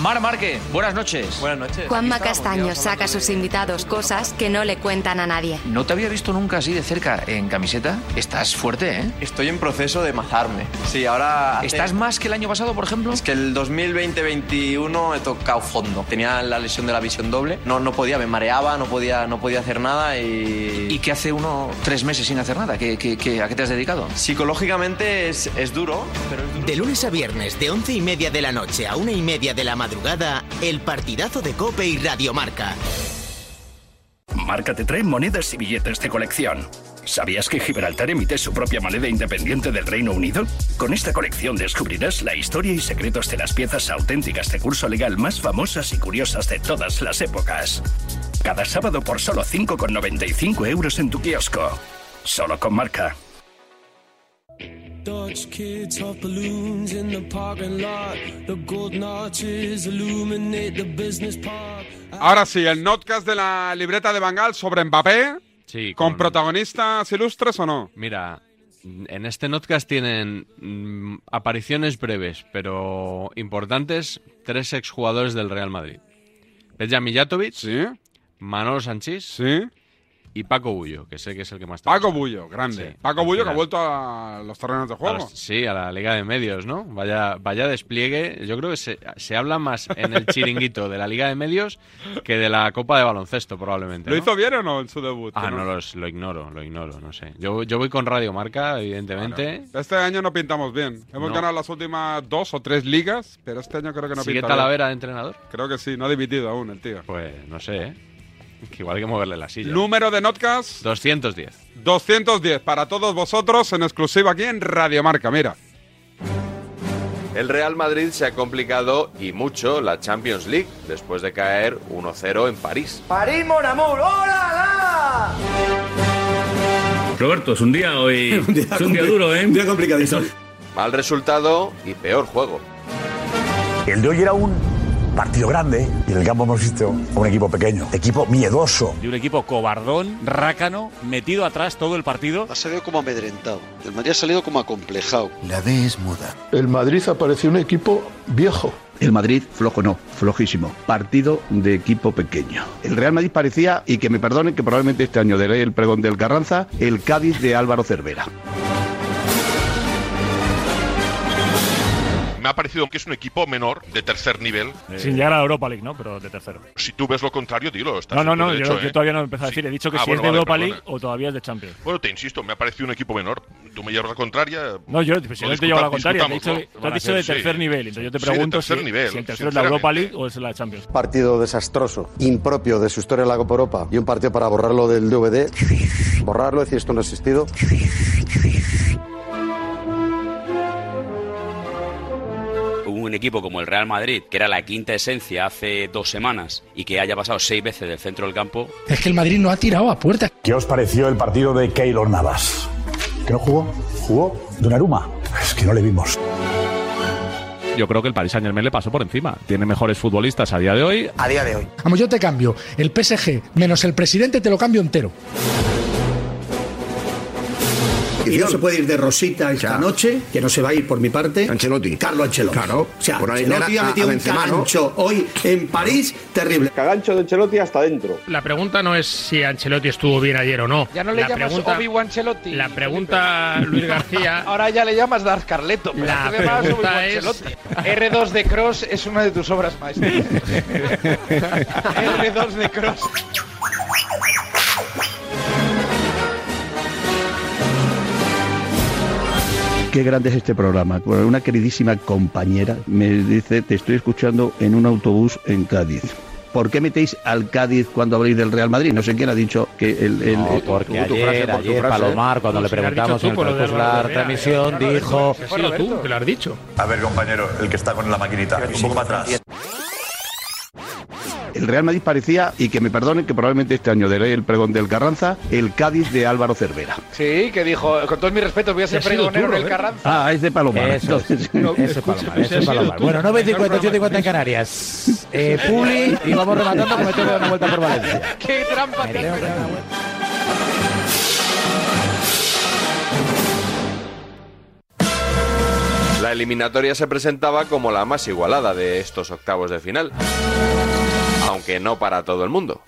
Speaker 7: Mar Marque, buenas noches. Buenas noches.
Speaker 33: Juanma Castaño saca a sus invitados cosas que no le cuentan a nadie.
Speaker 7: No te había visto nunca así de cerca en camiseta. Estás fuerte, ¿eh? Estoy en proceso de mazarme. Sí, ahora... ¿Estás más que el año pasado, por ejemplo? Es que el 2020-21 he tocado fondo. Tenía la lesión de la visión doble. No, no podía, me mareaba, no podía, no podía hacer nada y... ¿Y qué hace uno tres meses sin hacer nada? ¿Qué, qué, qué, a qué te has dedicado? Psicológicamente es, es duro, pero es duro.
Speaker 34: De lunes a viernes, de once y media de la noche a una y media de la madrugada, el partidazo de Cope y Radiomarca.
Speaker 13: Marca te trae monedas y billetes de colección. ¿Sabías que Gibraltar emite su propia moneda independiente del Reino Unido? Con esta colección descubrirás la historia y secretos de las piezas auténticas de curso legal más famosas y curiosas de todas las épocas. Cada sábado por solo 5,95 euros en tu kiosco. Solo con marca.
Speaker 6: Dutch kids hot balloons in the parking lot. The golden arches illuminate the business park.
Speaker 1: Ahora sí, el notcast de la libreta de Bangal sobre Mbappé.
Speaker 3: Sí,
Speaker 1: ¿Con protagonistas ilustres o no?
Speaker 3: Mira, en este podcast tienen mm, apariciones breves, pero importantes, tres exjugadores del Real Madrid. Peja Mijatovic, Manolo Sanchís y Paco Bullo, que sé que es el que más
Speaker 1: Paco Bullo, grande.
Speaker 3: Sí,
Speaker 1: Paco
Speaker 3: al
Speaker 1: Bullo que ha
Speaker 3: final.
Speaker 1: vuelto a los terrenos de
Speaker 3: A
Speaker 1: juego.
Speaker 3: los- sí, a la Liga de Medios, ¿no? Vaya, vaya despliegue. Yo creo que se, se habla más en el chiringuito de la Liga de Medios que de la Copa de Baloncesto, probablemente.
Speaker 1: ¿Lo
Speaker 3: ¿no?
Speaker 1: hizo bien o no en su debut?
Speaker 3: Ah,
Speaker 1: Que no-
Speaker 3: no, los- lo ignoro, lo ignoro, no sé. Yo, yo voy con Radio Marca, evidentemente.
Speaker 1: Este año no pintamos bien. Hemos
Speaker 3: No.
Speaker 1: ganado las últimas dos o tres ligas, pero este año creo que no
Speaker 3: ¿Sigue
Speaker 1: pinta
Speaker 3: Talavera
Speaker 1: bien.
Speaker 3: de entrenador?
Speaker 1: Creo que sí, no ha dimitido aún el tío.
Speaker 3: Pues no sé, ¿eh? Que igual hay que moverle la silla.
Speaker 1: Número de notcast
Speaker 3: 210.
Speaker 1: 210 para todos vosotros en exclusiva aquí en Radio Marca. Mira,
Speaker 35: El Real Madrid se ha complicado y mucho la Champions League después de caer 1-0 en París.
Speaker 36: París, mon amour,
Speaker 35: Roberto, es un día hoy.
Speaker 37: es un día duro, ¿eh? Un día complicadísimo.
Speaker 35: Mal resultado y peor juego.
Speaker 38: El de hoy era un partido grande y en el campo hemos visto a un equipo pequeño, equipo miedoso.
Speaker 39: De un equipo cobardón, rácano, metido atrás todo el partido. Ha salido como amedrentado. El Madrid ha salido como acomplejado.
Speaker 9: La D es muda.
Speaker 40: El Madrid apareció un equipo viejo.
Speaker 9: El Madrid, flojo no, flojísimo. Partido de equipo pequeño. El Real Madrid parecía, y que me perdonen, que probablemente este año daré el pregón del Carranza, el Cádiz de Álvaro Cervera.
Speaker 17: Me ha parecido que es un equipo menor, de tercer nivel.
Speaker 19: Sin llegar a la Europa League, ¿no? Pero de tercero.
Speaker 17: Si tú ves lo contrario, dilo. estás
Speaker 19: No, no,
Speaker 17: en tu
Speaker 19: no,
Speaker 17: derecho,
Speaker 41: yo, yo
Speaker 17: ¿eh?
Speaker 19: todavía no he empezado a
Speaker 17: Sí.
Speaker 19: decir. He dicho que
Speaker 17: Ah,
Speaker 41: si
Speaker 17: bueno,
Speaker 19: es de
Speaker 17: vale,
Speaker 19: Europa
Speaker 17: perdona.
Speaker 19: League o todavía es de Champions.
Speaker 17: Bueno, te insisto, me ha parecido un equipo menor. Tú me llevas la contraria.
Speaker 19: No, yo
Speaker 17: lo
Speaker 19: pues, si no te llevo a la
Speaker 17: discuta-
Speaker 19: contraria. Te he dicho,
Speaker 17: discutamos,
Speaker 19: tú
Speaker 17: ¿no?
Speaker 19: has dicho de tercer
Speaker 17: Sí.
Speaker 19: nivel. Entonces yo te
Speaker 17: Sí, de
Speaker 19: pregunto
Speaker 17: tercer
Speaker 19: si,
Speaker 17: nivel,
Speaker 19: si el tercero es la Europa League o es la Champions. Partido desastroso, impropio de su historia en la Copa Europa y un partido para borrarlo del DVD, borrarlo, decir esto no ha existido.
Speaker 42: un equipo como el Real Madrid, que era la quinta esencia hace dos semanas y que haya pasado seis veces del centro del campo,
Speaker 38: Es que el Madrid no ha tirado a puerta. ¿Qué os pareció el partido de Keylor Navas? ¿Que no jugó? ¿Jugó? ¿Dunaruma? Es que no le vimos.
Speaker 22: Yo creo que el Paris Saint Germain le pasó por encima. Tiene mejores futbolistas a día de hoy.
Speaker 38: A día de hoy.
Speaker 43: Vamos, yo te cambio el PSG menos el presidente, te lo cambio entero.
Speaker 22: Y no se puede ir de Rosita esta noche, que no se va a ir por mi parte. Ancelotti. Carlo Ancelotti.
Speaker 44: Claro.
Speaker 22: O sea,
Speaker 44: Por ahí
Speaker 22: Ancelotti
Speaker 44: a-
Speaker 22: ha
Speaker 44: a
Speaker 22: metido un
Speaker 44: Benzema, ¿no?
Speaker 22: cagancho hoy en París terrible. Cagancho de Ancelotti hasta dentro.
Speaker 14: La pregunta no es si Ancelotti estuvo bien ayer o no. la pregunta,
Speaker 6: Ancelotti.
Speaker 14: la pregunta Luis García.
Speaker 6: Ahora ya le llamas Dar Carleto. pero
Speaker 14: La
Speaker 6: antes le llamabas
Speaker 14: pregunta
Speaker 6: Obi-Wan
Speaker 14: es-
Speaker 6: Ancelotti. R2 de Cross es una de tus obras maestras. R2 de Cross.
Speaker 9: Qué grande es este programa. Bueno, Una queridísima compañera me dice, te estoy escuchando en un autobús en Cádiz. ¿Por qué metéis al Cádiz cuando habléis del Real Madrid? No sé quién ha dicho que el... el- el-
Speaker 5: porque
Speaker 9: tu- tu
Speaker 5: ayer,
Speaker 9: frase, por tu frase.
Speaker 5: ayer
Speaker 9: ¿eh?
Speaker 5: Palomar, cuando
Speaker 6: Pues
Speaker 7: Pues,
Speaker 5: le preguntamos en el transcurso de la remisión, dijo...
Speaker 14: tú, que lo has dicho.
Speaker 43: A ver, compañero, el que está con la maquinita, un poco para atrás.
Speaker 9: El Real Madrid parecía, y que me perdonen, que probablemente este año daré el pregón del Carranza, el Cádiz de Álvaro Cervera.
Speaker 6: Sí, que dijo, con todos mis respetos, voy a ser
Speaker 9: Que ha sido
Speaker 6: pregonero
Speaker 9: tú,
Speaker 6: del
Speaker 9: Roberto.
Speaker 6: Carranza.
Speaker 9: Ah, es de Palomar.
Speaker 5: Eso es,
Speaker 9: Entonces-
Speaker 5: ese es Palomar, ese es Palomar. Bueno, 9 y 50, 8 y 50 en Canarias. Eh, Publi, y vamos rematando
Speaker 7: pues
Speaker 5: porque tengo que dar una vuelta por Valencia.
Speaker 6: ¡Qué trampa! te has pegado!
Speaker 35: La eliminatoria se presentaba como la más igualada de estos octavos de final. Aunque no para todo el mundo.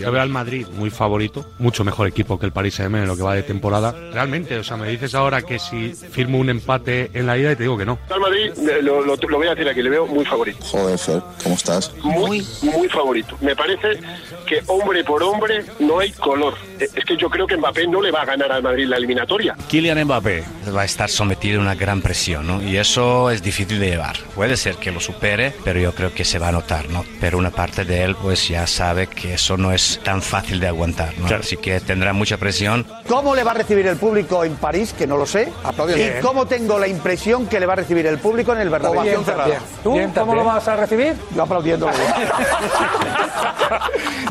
Speaker 7: Yo veo al Madrid muy favorito, mucho mejor equipo que el Paris Saint-Germain en lo que va de temporada. Realmente, o sea, me dices ahora que si firmo un empate en la ida y te digo que no.
Speaker 5: Real Madrid, eh, lo, lo- lo voy a decir aquí, le veo muy favorito.
Speaker 45: Joder, Fer, ¿cómo estás?
Speaker 5: Muy, muy favorito. Me parece que hombre por hombre no hay color. Eh, Es que yo creo que Mbappé no le va a ganar al Madrid la eliminatoria.
Speaker 7: Kylian Mbappé va a estar sometido a una gran presión, ¿no? Y eso es difícil de llevar. Puede ser que lo supere, pero yo creo que se va a notar, ¿no? Pero una parte de él, pues ya sabe que eso no es tan fácil de aguantar, ¿no? Así que tendrá mucha presión.
Speaker 22: ¿Cómo le va a recibir el público en París? Que no lo sé.
Speaker 5: Aplauden,
Speaker 22: ¿Y
Speaker 5: ¿eh?
Speaker 22: cómo tengo la impresión que le va a recibir el público en el Bernabéu?
Speaker 46: Ovación cerrada. ¿Tú cómo lo vas a recibir?
Speaker 22: Yo aplaudiendo.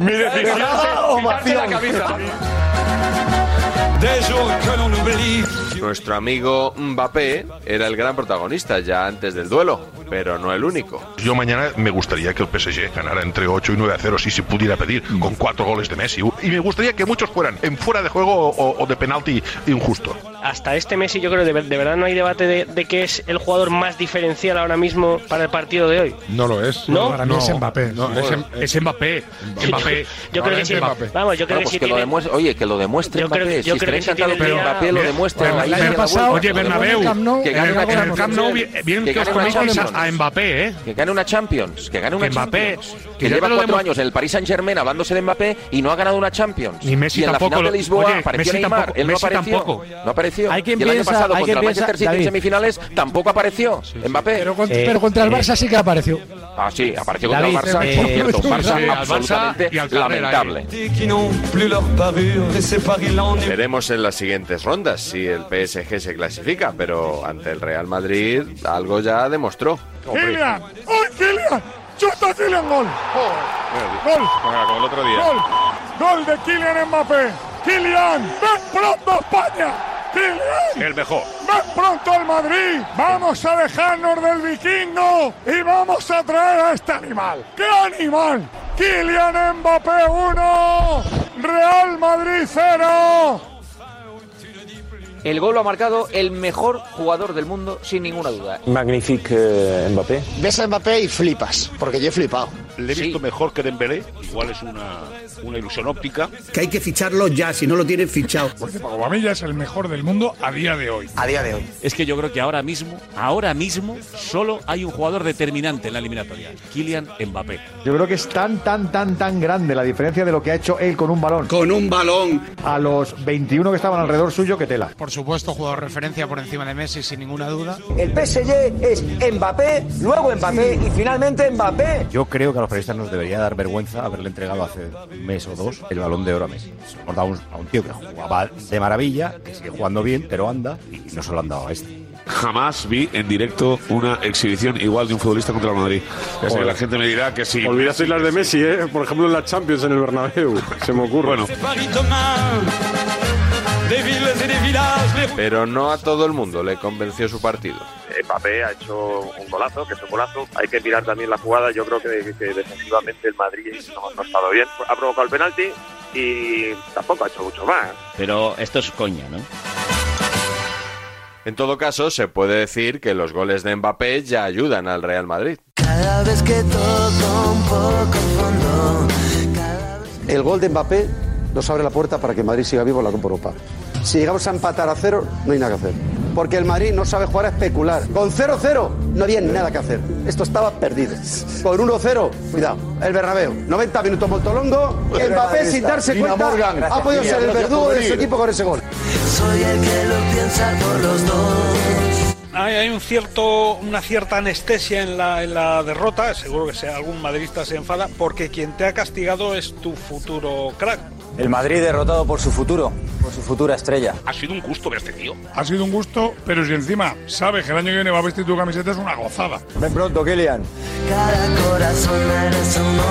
Speaker 46: Mi decisión.
Speaker 22: Cerrada, ovación.
Speaker 46: Quitarte la camisa.
Speaker 3: Des jours que l'on oublie. Nuestro amigo Mbappé era el gran protagonista ya antes del duelo, pero no el único.
Speaker 17: Yo mañana me gustaría que el PSG ganara entre 8 y 9 a 0, si se pudiera pedir, con cuatro goles de Messi. Y me gustaría que muchos fueran en fuera de juego o, o de penalti injusto.
Speaker 14: Hasta este Messi yo creo que de, de verdad no hay debate de, de que es el jugador más diferencial ahora mismo para el partido de hoy.
Speaker 47: No lo es.
Speaker 14: No, para mí es
Speaker 47: Mbappé.
Speaker 14: Es Em-
Speaker 47: es Mbappé.
Speaker 14: Mbappé. Yo creo que sí. Vamos, yo creo que sí
Speaker 7: lo
Speaker 14: tiene-
Speaker 7: demuestre- Oye, pues que lo demuestre
Speaker 14: Yo creo
Speaker 7: Mbappé.
Speaker 14: que- yo
Speaker 7: si
Speaker 14: creo que
Speaker 7: estaría
Speaker 14: sí
Speaker 7: encantado
Speaker 14: tiene
Speaker 7: que
Speaker 14: ya-
Speaker 7: Mbappé lo
Speaker 14: Bueno,
Speaker 7: demuestre.
Speaker 14: el
Speaker 7: ahí
Speaker 47: año
Speaker 7: en la
Speaker 47: pues pasado-
Speaker 7: vuelta,
Speaker 47: oye,
Speaker 7: que lo
Speaker 47: Bernabéu,
Speaker 7: demuestre.
Speaker 47: Camp Nou,
Speaker 7: Que gane
Speaker 47: en
Speaker 7: una
Speaker 47: el Camp
Speaker 7: Champions.
Speaker 47: Nou, bien- bien que os
Speaker 7: gane una
Speaker 47: coméis a-
Speaker 7: Champions.
Speaker 47: a Mbappé, ¿eh?
Speaker 7: Que gane una Champions. Que gane una
Speaker 47: Que Mbappé,
Speaker 7: Champions.
Speaker 47: que
Speaker 7: Que
Speaker 47: ya
Speaker 7: lleva
Speaker 47: te lo
Speaker 7: cuatro
Speaker 47: demo-
Speaker 7: años en el Paris Saint Germain hablándose de Mbappé y no ha ganado una Champions.
Speaker 47: Ni Messi
Speaker 7: y en la
Speaker 47: tampoco
Speaker 7: final
Speaker 47: lo-
Speaker 7: de Lisboa
Speaker 47: oye,
Speaker 7: apareció
Speaker 47: Messi
Speaker 7: Neymar.
Speaker 47: tampoco-
Speaker 7: Él no
Speaker 47: Messi
Speaker 7: apareció.
Speaker 47: tampoco.
Speaker 7: No apareció.
Speaker 47: Hay quien
Speaker 7: y el
Speaker 47: piensa-
Speaker 7: año pasado
Speaker 47: hay
Speaker 7: contra
Speaker 47: quien
Speaker 7: el Manchester
Speaker 47: piensa-
Speaker 7: City en
Speaker 47: David.
Speaker 7: semifinales tampoco apareció Mbappé. Pero
Speaker 47: contra- Eh, pero contra el eh, Barça
Speaker 7: sí que apareció. Ah, sí, apareció contra el
Speaker 47: David,
Speaker 7: Barça.
Speaker 47: eh,
Speaker 7: por cierto, un
Speaker 47: Sí, al
Speaker 7: Barça
Speaker 47: Barça
Speaker 7: absolutamente
Speaker 47: y al Carrera,
Speaker 7: lamentable.
Speaker 3: Qui n'ont plus leur pavure et c'est Paris l'ennui. Veremos en las siguientes rondas si el PSG se clasifica, pero ante el Real Madrid algo ya demostró.
Speaker 47: Kylian, ¡Uy, Kylian! ¡Chuta Kylian gol! ¡Gol!
Speaker 17: como el otro
Speaker 47: ¡Gol! ¡Gol de Kylian Mbappé! ¡Kylian! ¡Ven pronto a España! ¡Kylian!
Speaker 17: El mejor.
Speaker 47: ¡Ven pronto al Madrid! ¡Vamos a dejarnos del vikingo y vamos a traer a este animal! ¡Qué animal! ¡Kylian Mbappé 1! ¡Real Madrid 0!
Speaker 7: El gol lo ha marcado el mejor jugador del mundo, sin ninguna duda. Magnifique
Speaker 16: eh,
Speaker 7: Mbappé.
Speaker 6: Ves a Mbappé y flipas, porque yo he flipado.
Speaker 7: Le he visto
Speaker 6: mejor que Dembélé, igual es una, una ilusión óptica.
Speaker 48: Que hay que ficharlo ya, si no lo tienen fichado.
Speaker 47: Aubameyang es el mejor del mundo a día de hoy.
Speaker 6: A día de hoy. Es que yo creo que ahora mismo, ahora mismo, solo hay un jugador determinante en la eliminatoria, Kylian Mbappé.
Speaker 16: Yo creo que es tan, tan, tan, tan grande la diferencia de lo que ha hecho él con un balón. Con un balón. A los 21 que estaban alrededor suyo, que tela.
Speaker 49: Por supuesto, jugador referencia por encima de Messi, sin ninguna duda.
Speaker 9: El PSG es Mbappé, luego Mbappé y finalmente Mbappé.
Speaker 50: Yo creo que a los periodistas nos debería dar vergüenza haberle entregado hace un mes o dos el balón de oro a Messi. Se Hemos dado un- a un tío que jugaba de maravilla, que sigue jugando bien, pero anda, y no se lo han dado a este.
Speaker 1: Jamás vi en directo una exhibición igual de un futbolista contra el Madrid. Ya sé, Joder. la gente me dirá que sí. Olvidasteis las de Messi, ¿eh? Por ejemplo, en la Champions en el Bernabéu. Se me ocurre. Bueno.
Speaker 3: Paris demain, des villes et des villages, les- Pero no a todo el mundo le convenció su partido.
Speaker 51: Eh, Mbappé ha hecho un golazo, que es un golazo. Hay que mirar también la jugada. Yo creo que, que defensivamente el Madrid no, no ha estado bien. Ha provocado el penalti y tampoco ha hecho mucho más.
Speaker 3: Pero esto es coña, ¿no? En todo caso, se puede decir que los goles de Mbappé ya ayudan al Real Madrid.
Speaker 6: Cada vez que todo un poco fondo.
Speaker 19: El gol de Mbappé nos abre la puerta para que el Madrid siga vivo en la Copa Europa. Si llegamos a empatar a cero, no hay nada que hacer. Porque el Madrid no sabe jugar a especular. Con 0-0 no había nada que hacer. Esto estaba perdido. Con 1-0, cuidado, el Bernabéu. 90 minutos Montolongo. Mbappé sin darse
Speaker 16: Pues Dina
Speaker 19: cuenta
Speaker 16: Morgan.
Speaker 19: ha podido ser el
Speaker 16: Gracias,
Speaker 19: verdugo de su
Speaker 16: Rodrigo.
Speaker 19: equipo con ese gol.
Speaker 6: Soy el que lo piensa por los dos.
Speaker 9: Hay, hay un cierto, una cierta anestesia en la, en la derrota, seguro que sea, algún madridista se enfada, porque quien te ha castigado es tu futuro crack.
Speaker 16: El Madrid derrotado por su futuro, por su futura estrella.
Speaker 1: Ha sido un gusto ver este tío.
Speaker 47: Ha sido un gusto, pero si encima sabes que el año que viene va a vestir tu camiseta es una gozada.
Speaker 16: Ven pronto, Kylian.
Speaker 6: Cada corazón merece un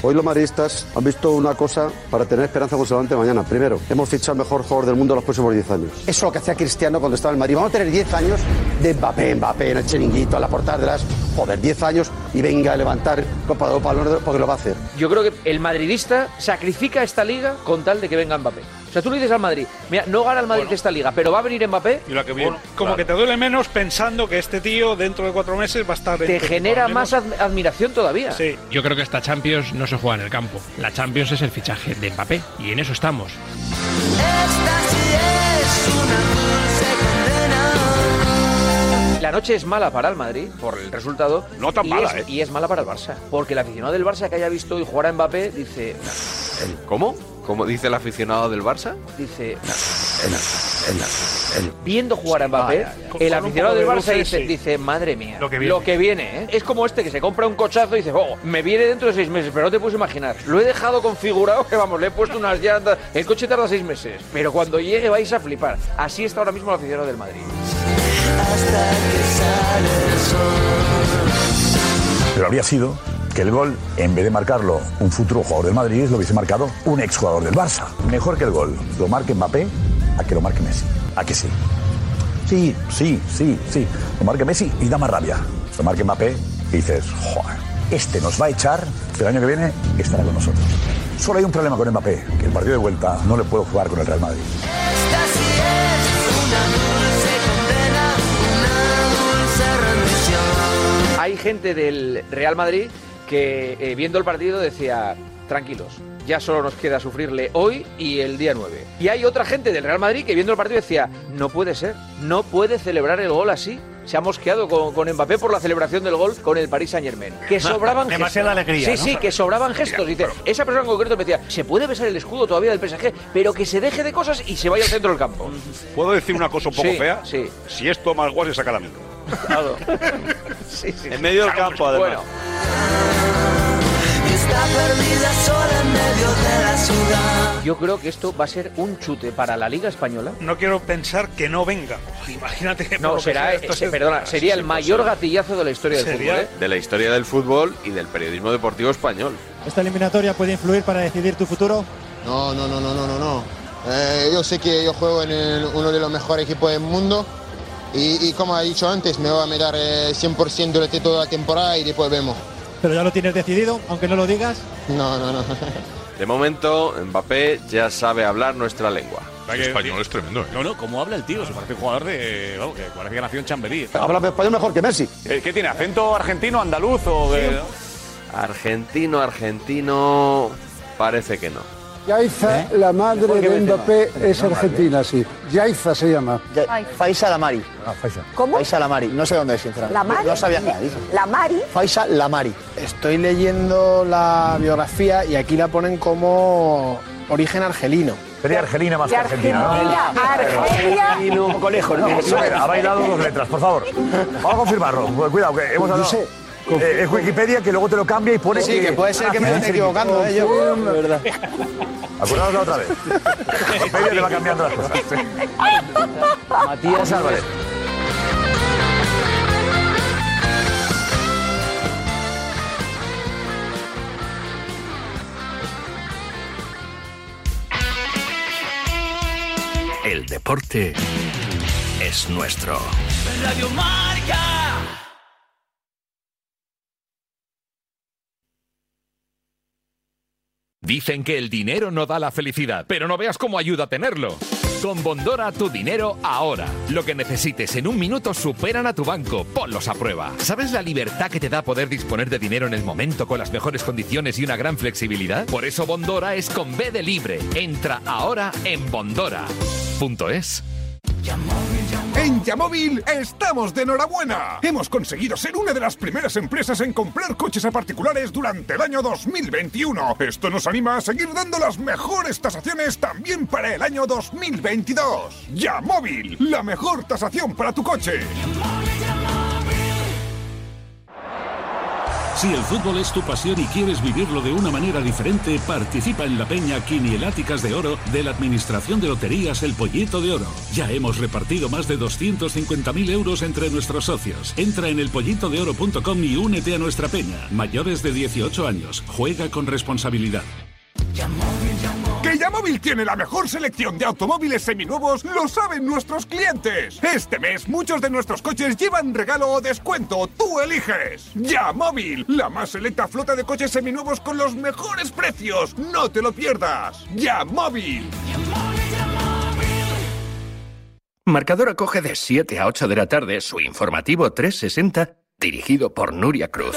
Speaker 19: Hoy los madridistas han visto una cosa para tener esperanza con Solante mañana. Primero, hemos fichado al mejor jugador del mundo en los próximos 10 años. Eso es lo que hacía Cristiano cuando estaba en el Madrid. Vamos a tener 10 años de Mbappé, Mbappé en el chiringuito, a la portada de las... Joder, 10 años y venga a levantar Copa de Europa Leonardo, porque lo va a hacer.
Speaker 7: Yo creo que el madridista sacrifica esta liga con tal de que venga Mbappé. O sea, tú le dices al Madrid, mira, no gana el Madrid esta liga, pero va a venir Mbappé.
Speaker 9: Mira que bien. como que te duele menos pensando que este tío dentro de cuatro meses va a estar...
Speaker 7: Te genera más adm- admiración todavía.
Speaker 9: Sí.
Speaker 14: Yo creo que esta Champions no se juega en el campo. La Champions es el fichaje de Mbappé y en eso estamos.
Speaker 7: La noche es mala para el Madrid por el resultado. No
Speaker 1: tan
Speaker 7: y
Speaker 1: mala,
Speaker 7: es,
Speaker 1: ¿eh?
Speaker 7: Y es mala para el Barça. Porque el aficionado del Barça que haya visto hoy jugar a Mbappé dice. "Uf",
Speaker 3: ¿Cómo? ¿Cómo dice el aficionado del Barça?
Speaker 7: Dice. Viendo jugar a Mbappé,
Speaker 3: Ah, ya, ya.
Speaker 7: el
Speaker 3: Con un
Speaker 7: aficionado
Speaker 3: poco
Speaker 7: del
Speaker 3: de
Speaker 7: Barça
Speaker 3: luces,
Speaker 7: dice,
Speaker 3: sí.
Speaker 7: dice, madre mía,
Speaker 3: Lo que viene".
Speaker 7: viene, ¿eh? Es como este que se compra un cochazo y dice, oh, me viene dentro de seis meses, pero no te puedes imaginar. Lo he dejado configurado, que vamos, le he puesto unas llantas, el coche tarda seis meses, pero cuando llegue vais a flipar. Así está ahora mismo el aficionado del Madrid.
Speaker 6: Hasta que sale el sol.
Speaker 52: Pero habría sido
Speaker 9: que el gol, en vez de marcarlo un futuro jugador del Madrid, lo hubiese marcado un exjugador del Barça. Mejor que el gol lo marque Mbappé a que lo marque Messi. ¿A que sí? Sí, sí, sí, sí. Lo marque Messi y da más rabia. Lo marque Mbappé y dices, joder, este nos va a echar, pero el año que viene estará con nosotros. Solo hay un problema con Mbappé, que el partido de vuelta no le puedo jugar con el Real Madrid.
Speaker 7: Hay gente del Real Madrid que eh, viendo el partido decía, tranquilos, ya solo nos queda sufrirle hoy y el día 9. Y hay otra gente del Real Madrid que viendo el partido decía, no puede ser, no puede celebrar el gol así. Se ha mosqueado con, con Mbappé por la celebración del gol con el Paris Saint Germain. Que
Speaker 53: Ma-
Speaker 7: sobraban
Speaker 53: demasiada
Speaker 7: gestos.
Speaker 53: alegría,
Speaker 7: Sí,
Speaker 53: ¿no?
Speaker 7: sí, que sobraban gestos. Dice, esa persona en concreto me decía, se puede besar el escudo todavía del PSG, pero que se deje de cosas y se vaya al centro del campo.
Speaker 54: ¿Puedo decir una cosa un poco
Speaker 7: Sí,
Speaker 54: fea?
Speaker 7: Sí.
Speaker 54: Si esto más guay se saca la micro.
Speaker 7: Sí, sí.
Speaker 54: En medio del campo, además.
Speaker 6: Está perdida sola en medio de la ciudad.
Speaker 7: Yo creo que esto va a ser un chute para la Liga Española.
Speaker 55: No quiero pensar que no venga. Imagínate que por lo
Speaker 7: No,
Speaker 55: que
Speaker 7: será,
Speaker 55: sea, esto
Speaker 7: eh,
Speaker 55: es-
Speaker 7: perdona, sería el mayor gatillazo de la historia del
Speaker 55: Sería-
Speaker 7: fútbol. ¿eh?
Speaker 3: De la historia del fútbol y del periodismo deportivo español.
Speaker 56: ¿Esta eliminatoria puede influir para decidir tu futuro?
Speaker 5: No, no, no, no, no, no, no. Eh, yo sé que yo juego en el- uno de los mejores equipos del mundo y, y como ha dicho antes, me voy a mirar eh, 100% durante toda la temporada y después vemos.
Speaker 56: Pero ya lo tienes decidido, aunque no lo digas.
Speaker 5: No, no, no.
Speaker 3: De momento, Mbappé ya sabe hablar nuestra lengua. español es tremendo,
Speaker 9: ¿eh?
Speaker 57: No, no, como habla el tío, se parece un jugador de. Vamos, que parece que nació en Chamberí.
Speaker 17: Habla español mejor que Messi.
Speaker 57: ¿Qué tiene? ¿Acento argentino, andaluz o.?
Speaker 3: Argentino, argentino. Parece que no.
Speaker 13: Yaiza,
Speaker 19: ¿Eh?
Speaker 13: la madre de Mbappé es argentina, sí. Yaiza se llama.
Speaker 14: Faisa Lamari.
Speaker 13: ¿Cómo?
Speaker 14: Ah, Faisa Lamari. No sé dónde es, sinceramente. ¿La Mari? No sabía nada. dice. La Mari. Faisa Lamari. Estoy leyendo la biografía y aquí la ponen como origen argelino.
Speaker 9: Sería Argelina más
Speaker 14: De
Speaker 9: que Argentina, ¿no?
Speaker 14: Argentina, Argelia.
Speaker 9: Argelino, conejo, ¿no? A ver, ha bailado dos letras, por favor. Vamos a confirmarlo. Pues Cuidado, que hemos hablado. Eh, es Wikipedia que Ah, luego te lo cambia y pone.
Speaker 14: Sí, que puede ser que me esté equivocando, ¿eh? Yo, de verdad.
Speaker 9: Acordaos la otra vez. Wikipedia te va cambiando las cosas. Matías Álvarez.
Speaker 13: El deporte es nuestro.
Speaker 5: Radio Marca.
Speaker 58: Dicen que el dinero no da la felicidad, pero no veas cómo ayuda a tenerlo. Con Bondora tu dinero ahora. Lo que necesites en un minuto superan a tu banco. Ponlos a prueba. ¿Sabes la libertad que te da poder disponer de dinero en el momento con las mejores condiciones y una gran flexibilidad? Por eso Bondora es con B de libre. Entra ahora en bondora.es.
Speaker 22: En Yamóvil estamos de enhorabuena. Hemos conseguido ser una de las primeras empresas en comprar coches a particulares durante el año 2021. Esto nos anima a seguir dando las mejores tasaciones también para el año 2022. Yamóvil, la mejor tasación para tu coche.
Speaker 59: Si el fútbol es tu pasión y quieres vivirlo de una manera diferente, participa en la Peña Quinieláticas de Oro de la Administración de Loterías El Pollito de Oro. Ya hemos repartido más de 250.000 euros entre nuestros socios. Entra en elpollitodeoro.com y únete a nuestra peña. Mayores de 18 años, juega con responsabilidad.
Speaker 22: Que Yamóvil tiene la mejor selección de automóviles seminuevos, lo saben nuestros clientes. Este mes muchos de nuestros coches llevan regalo o descuento, tú eliges. Yamóvil, la más selecta flota de coches seminuevos con los mejores precios, no te lo pierdas. Yamóvil.
Speaker 13: Marcador acoge de 7 a 8 de la tarde su informativo 360 dirigido por Nuria Cruz.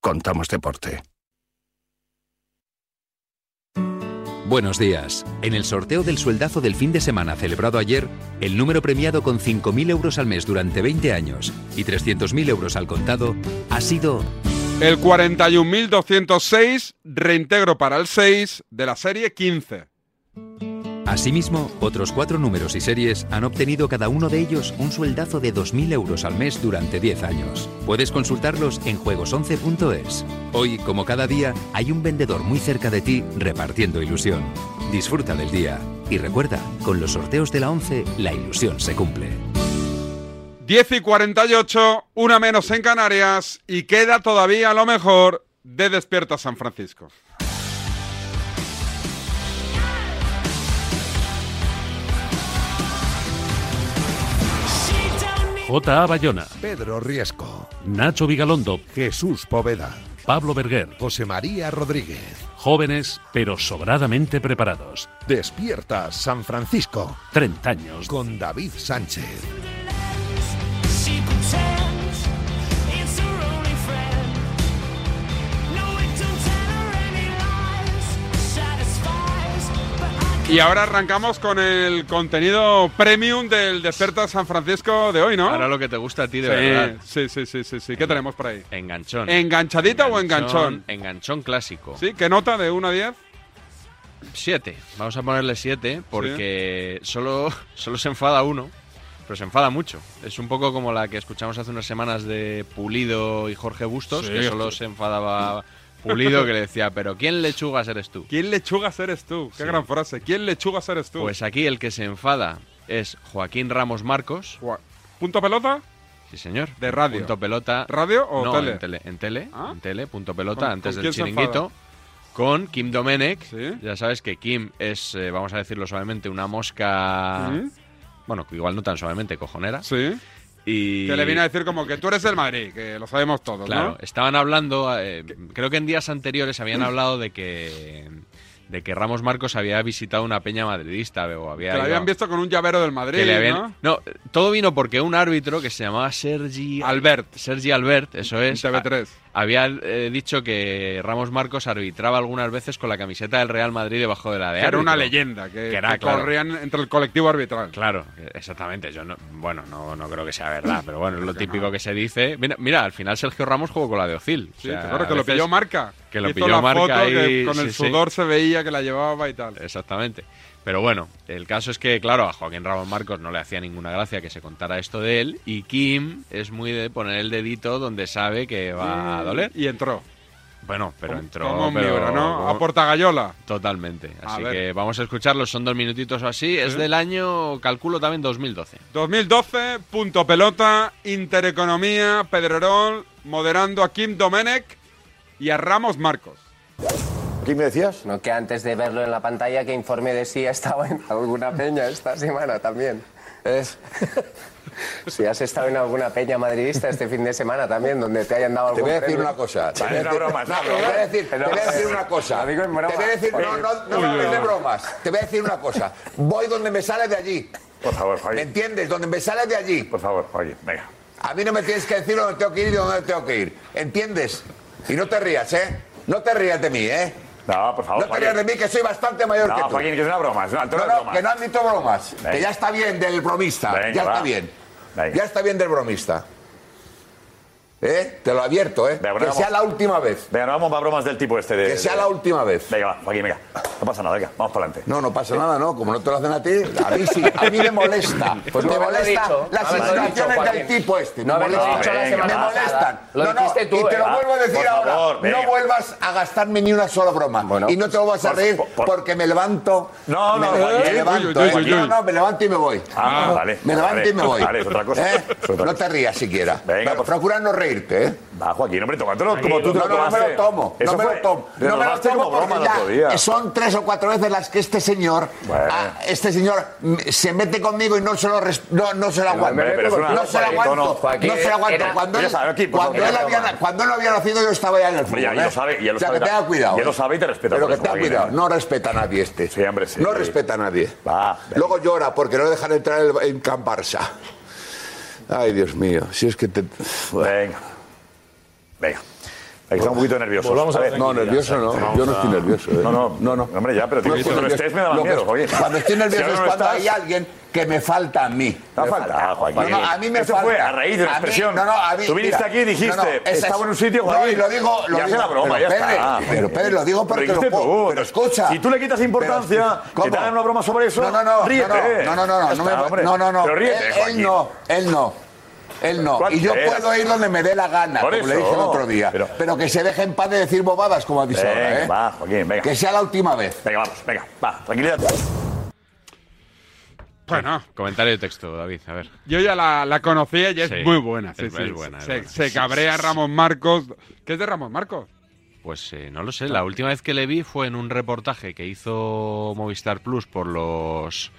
Speaker 13: contamos deporte.
Speaker 1: Buenos días. En el sorteo del sueldazo del fin de semana celebrado ayer, el número premiado con 5.000 euros al mes durante 20 años y 300.000 euros al contado ha sido El 41.206, reintegro para el 6 de la serie 15.
Speaker 7: Asimismo, otros cuatro números y series han obtenido cada uno de ellos un sueldazo de 2.000 euros al mes durante 10 años. Puedes consultarlos en juegos11.es. Hoy, como cada día, hay un vendedor muy cerca de ti repartiendo ilusión. Disfruta del día. Y recuerda, con los sorteos de la 11, la ilusión se cumple.
Speaker 1: 10 y 48, una menos en Canarias y queda todavía lo mejor de Despierta San Francisco.
Speaker 60: J.A. Bayona,
Speaker 61: Pedro Riesco,
Speaker 60: Nacho Vigalondo,
Speaker 61: Jesús Poveda,
Speaker 60: Pablo Berguer,
Speaker 61: José María Rodríguez.
Speaker 60: jóvenes pero sobradamente preparados.
Speaker 61: Despierta San Francisco.
Speaker 60: 30 años.
Speaker 61: Con David Sánchez.
Speaker 1: Y ahora arrancamos con el contenido premium del Desperta San Francisco de hoy, ¿no?
Speaker 3: Ahora lo que te gusta a ti, de
Speaker 1: Sí,
Speaker 3: verdad.
Speaker 1: Sí, sí, sí, sí, sí. ¿Qué tenemos por ahí?
Speaker 3: Enganchón.
Speaker 1: ¿Enganchadita o enganchón?
Speaker 3: Enganchón clásico.
Speaker 1: ¿Sí? ¿Qué nota de 1 a 10?
Speaker 3: 7. Vamos a ponerle 7 porque solo, solo se enfada uno, pero se enfada mucho. Es un poco como la que escuchamos hace unas semanas de Pulido y Jorge Bustos,
Speaker 1: Sí,
Speaker 3: que solo
Speaker 1: esto-
Speaker 3: se enfadaba Pulido, que le decía, pero ¿quién lechugas eres tú?
Speaker 1: ¿Quién lechugas eres tú? Qué
Speaker 3: Sí.
Speaker 1: gran frase. ¿Quién lechugas eres tú?
Speaker 3: Pues aquí el que se enfada es Joaquín Ramos Marcos.
Speaker 1: ¿Punto pelota?
Speaker 3: Sí, señor.
Speaker 1: De radio.
Speaker 3: Punto pelota.
Speaker 1: ¿Radio o
Speaker 3: No,
Speaker 1: tele? Ah.
Speaker 3: En tele. En tele, en tele, punto pelota,
Speaker 1: ¿Con-
Speaker 3: antes
Speaker 1: con
Speaker 3: del
Speaker 1: quién se
Speaker 3: chiringuito. Con Kim Domenech. Ya sabes que Kim es, eh, vamos a decirlo suavemente, una mosca.
Speaker 1: ¿Mm?
Speaker 3: Bueno, que igual no tan suavemente, cojonera.
Speaker 1: Sí.
Speaker 3: Y.
Speaker 1: Que le viene a decir como que tú eres del Madrid, que lo sabemos todos,
Speaker 3: Claro,
Speaker 1: ¿no?
Speaker 3: estaban hablando, eh, creo que en días anteriores habían hablado de que de que Ramos Marcos había visitado una peña madridista o había
Speaker 1: Que lo
Speaker 3: ido a-
Speaker 1: habían visto con un llavero del Madrid,
Speaker 3: que le habían-
Speaker 1: ¿no?
Speaker 3: todo vino porque un árbitro que se llamaba Sergi Albert, Sergi Albert, eso es, ha- había eh, dicho que Ramos Marcos arbitraba algunas veces con la camiseta del Real Madrid debajo de la de
Speaker 1: Que era
Speaker 3: árbitro.
Speaker 1: una leyenda, que,
Speaker 3: Que era,
Speaker 1: que
Speaker 3: claro.
Speaker 1: corrían entre el colectivo arbitral.
Speaker 3: Claro, exactamente. Yo no, bueno, no, no creo que sea verdad, pero bueno, es lo típico que se dice. Mira, mira, al final Sergio Ramos jugó con la de Ocil. O
Speaker 1: Sí,
Speaker 3: sea,
Speaker 1: claro,
Speaker 3: a
Speaker 1: que lo
Speaker 3: veces-
Speaker 1: pilló marca.
Speaker 3: Que lo
Speaker 1: Hizo
Speaker 3: pilló
Speaker 1: la
Speaker 3: marca
Speaker 1: foto que
Speaker 3: ahí,
Speaker 1: con el
Speaker 3: sí, sí.
Speaker 1: sudor se veía que la llevaba y tal.
Speaker 3: Exactamente. Pero bueno, el caso es que, claro, a Joaquín Ramos Marcos no le hacía ninguna gracia que se contara esto de él. Y Kim es muy de poner el dedito donde sabe que va a doler.
Speaker 1: Y entró.
Speaker 3: Bueno, pero entró.
Speaker 1: Como un
Speaker 3: pero-
Speaker 1: miura, ¿no?
Speaker 3: como-
Speaker 1: A Portagayola.
Speaker 3: Totalmente.
Speaker 1: A
Speaker 3: Así
Speaker 1: ver.
Speaker 3: que vamos a escucharlo. Son dos minutitos o así. Es
Speaker 1: Sí.
Speaker 3: del año, calculo también, 2012.
Speaker 1: 2012, punto pelota, Intereconomía, Pedrerol, moderando a Kim Domenech y a Ramos Marcos.
Speaker 62: ¿Qué me decías? No, que antes de verlo en la pantalla, que informe de si ha estado en alguna peña esta semana también. Es- si has estado en alguna peña madridista este fin de semana también, donde te hayan dado
Speaker 5: Te
Speaker 62: algún
Speaker 5: voy a decir
Speaker 62: premio.
Speaker 5: una cosa. Te voy a decir- No, te voy a decir- te voy a decir una cosa.
Speaker 62: Lo digo en broma.
Speaker 5: Te voy a decir, no, no, no me hables de bromas. Te voy a decir una cosa. Voy donde me sale de allí. Por favor, ¿Me entiendes? Donde me sale de allí. Por favor, oye, venga. A mí no me tienes que decir dónde tengo que ir y dónde tengo que ir. ¿Entiendes? Y no te rías, ¿eh? No te rías de mí, ¿eh? No, por
Speaker 9: favor,
Speaker 5: No te rías de
Speaker 9: Joaquín.
Speaker 5: mí, que soy bastante mayor
Speaker 9: No,
Speaker 5: que tú.
Speaker 9: Joaquín, que es una broma, es una- tú no
Speaker 5: No,
Speaker 9: es
Speaker 5: no,
Speaker 9: broma.
Speaker 5: que no admito bromas.
Speaker 9: Venga.
Speaker 5: Que ya está bien del bromista.
Speaker 9: Venga,
Speaker 5: ya está
Speaker 9: va.
Speaker 5: bien.
Speaker 9: Venga.
Speaker 5: Ya está bien del bromista. ¿Eh? Te lo advierto, ¿eh? que sea la última vez.
Speaker 9: Venga, no vamos para bromas del tipo este de. Ah,
Speaker 5: Que sea
Speaker 9: de-
Speaker 5: la última vez.
Speaker 9: Venga, va, Joaquín, venga. No pasa nada, venga, vamos para adelante.
Speaker 5: No, no pasa nada, ¿no? Como no te lo hacen a ti, a mí sí, a mí me molesta.
Speaker 9: Pues
Speaker 5: me
Speaker 9: no haberlo
Speaker 5: molesta
Speaker 9: dicho,
Speaker 5: las
Speaker 9: no haberlo
Speaker 5: insinuaciones
Speaker 9: dicho,
Speaker 5: del
Speaker 9: Joaquín.
Speaker 5: tipo este.
Speaker 9: No
Speaker 5: me
Speaker 9: haberlo
Speaker 5: molestan.
Speaker 9: dicho la
Speaker 5: me
Speaker 9: semana pasada.
Speaker 5: molestan.
Speaker 9: Lo
Speaker 5: no, no,
Speaker 9: dijiste tú,
Speaker 5: y te lo
Speaker 9: ¿eh?
Speaker 5: vuelvo a decir
Speaker 9: Por
Speaker 5: ahora.
Speaker 9: favor, venga.
Speaker 5: no vuelvas a gastarme ni una sola broma. y no te vuelvas a reír porque me levanto.
Speaker 9: No, no,
Speaker 5: me,
Speaker 9: Joaquín.
Speaker 5: me levanto.
Speaker 9: Uy, uy, uy,
Speaker 5: ¿eh?
Speaker 9: uy,
Speaker 5: No,
Speaker 9: uy.
Speaker 5: no, me levanto y me voy.
Speaker 9: Ah, vale.
Speaker 5: Me levanto
Speaker 9: Vale,
Speaker 5: y me voy.
Speaker 9: vale, es otra cosa.
Speaker 5: ¿Eh?
Speaker 9: Es otra
Speaker 5: No
Speaker 9: cosa.
Speaker 5: te rías siquiera.
Speaker 9: Venga, por
Speaker 5: Procura no reírte, ¿eh?
Speaker 9: Va, Joaquín, hombre, tómatelo como tú te
Speaker 5: no,
Speaker 9: lo
Speaker 5: no, no me
Speaker 9: tomaste.
Speaker 5: lo tomo.
Speaker 9: Eso
Speaker 5: no me
Speaker 9: fue-
Speaker 5: lo tomo.
Speaker 9: te lo
Speaker 5: no me lo
Speaker 9: tomaste
Speaker 5: tomo
Speaker 9: como
Speaker 5: porque
Speaker 9: broma el otro
Speaker 5: ya
Speaker 9: día.
Speaker 5: son tres o cuatro veces las que este señor, ah, este señor mm, se mete conmigo y no se lo, res- no, no se lo aguanto.
Speaker 9: hombre, pero es una-
Speaker 5: no se lo aguanto.
Speaker 9: Joaquín, Joaquín,
Speaker 5: no se lo aguanto.
Speaker 9: era-
Speaker 5: cuando
Speaker 9: ya
Speaker 5: él,
Speaker 9: sabe, aquí, por
Speaker 5: cuando
Speaker 9: favor,
Speaker 5: él
Speaker 9: que
Speaker 5: había,
Speaker 9: broma.
Speaker 5: cuando él había nacido yo estaba ya en el fútbol.
Speaker 9: Hombre, ya, ya
Speaker 5: ¿eh?
Speaker 9: lo sabe, ya lo
Speaker 5: o sea,
Speaker 9: sabe.
Speaker 5: que tenga cuidado.
Speaker 9: Ya lo
Speaker 5: ¿eh?
Speaker 9: sabe y te respeta.
Speaker 5: Pero
Speaker 9: por
Speaker 5: que tenga
Speaker 9: favor,
Speaker 5: cuidado.
Speaker 9: venga.
Speaker 5: No respeta a nadie este.
Speaker 9: Sí, hombre, sí.
Speaker 5: No respeta a nadie.
Speaker 9: Va,
Speaker 5: Luego llora porque no dejan entrar el- en Camp Barça. Ay, Dios mío. Si es que te...
Speaker 9: Venga. Venga. Ahí está un poquito nervioso.
Speaker 5: Volvamos a la
Speaker 9: no,
Speaker 5: tranquilidad.
Speaker 9: nervioso no.
Speaker 5: Vamos
Speaker 9: Yo no
Speaker 5: a-
Speaker 9: estoy nervioso.
Speaker 5: No, ¿eh?
Speaker 9: No,
Speaker 5: no.
Speaker 9: no, no, Hombre, ya, pero tú
Speaker 5: No estoy
Speaker 9: cuando
Speaker 5: nervioso.
Speaker 9: estés me daba
Speaker 5: Pues Lo que-
Speaker 9: miedo, oye.
Speaker 5: Cuando estoy nervioso
Speaker 9: Si ahora
Speaker 5: es
Speaker 9: no
Speaker 5: cuando
Speaker 9: estás-
Speaker 5: hay alguien que me falta a mí.
Speaker 9: Te ha
Speaker 5: Me
Speaker 9: faltado, Joaquín.
Speaker 5: No, no, a mí me
Speaker 9: Eso
Speaker 5: falta.
Speaker 9: fue a raíz de una
Speaker 5: A mí-
Speaker 9: expresión.
Speaker 5: no, no, a mí,
Speaker 9: Tú viniste aquí y dijiste, "Estaba en un sitio,
Speaker 5: No,
Speaker 9: Joaquín".
Speaker 5: y lo digo. Lo
Speaker 9: Y hace
Speaker 5: digo,
Speaker 9: la broma,
Speaker 5: pero
Speaker 9: ya está.
Speaker 5: Pedro, Pero Pedro, lo digo
Speaker 9: Lo
Speaker 5: porque lo
Speaker 9: dijiste
Speaker 5: puedo.
Speaker 9: tú.
Speaker 5: Pero escucha.
Speaker 9: Si tú le quitas importancia, que te hagan una broma sobre eso,
Speaker 5: No, no, no.
Speaker 9: ríete.
Speaker 5: No, no, no, no.
Speaker 9: Ya
Speaker 5: No, me-
Speaker 9: está, hombre.
Speaker 5: no, no, no.
Speaker 9: Pero ríete,
Speaker 5: Él- Él
Speaker 9: Joaquín.
Speaker 5: no, él no. Él no. Y yo
Speaker 9: ¿Cuántas?
Speaker 5: puedo ir donde me dé la gana,
Speaker 9: Por
Speaker 5: como le
Speaker 9: eso.
Speaker 5: dije el otro día.
Speaker 9: Pero-
Speaker 5: Pero que se deje en paz de decir bobadas, como ha dicho ahora,
Speaker 9: Venga,
Speaker 5: ¿eh?
Speaker 9: va, Joaquín, venga.
Speaker 5: Que sea la última vez.
Speaker 9: Venga, vamos, venga, va, tranquilidad.
Speaker 1: Bueno,
Speaker 3: Comentario de texto, David, a ver.
Speaker 1: Yo ya la, la conocía y es
Speaker 3: Sí,
Speaker 1: muy buena. sí,
Speaker 3: es-
Speaker 1: sí.
Speaker 3: es buena, es
Speaker 1: se,
Speaker 3: buena.
Speaker 1: se cabrea Ramos Marcos. ¿Qué es de Ramos Marcos?
Speaker 3: Pues eh, no lo sé, la última vez que le vi fue en un reportaje que hizo Movistar Plus por los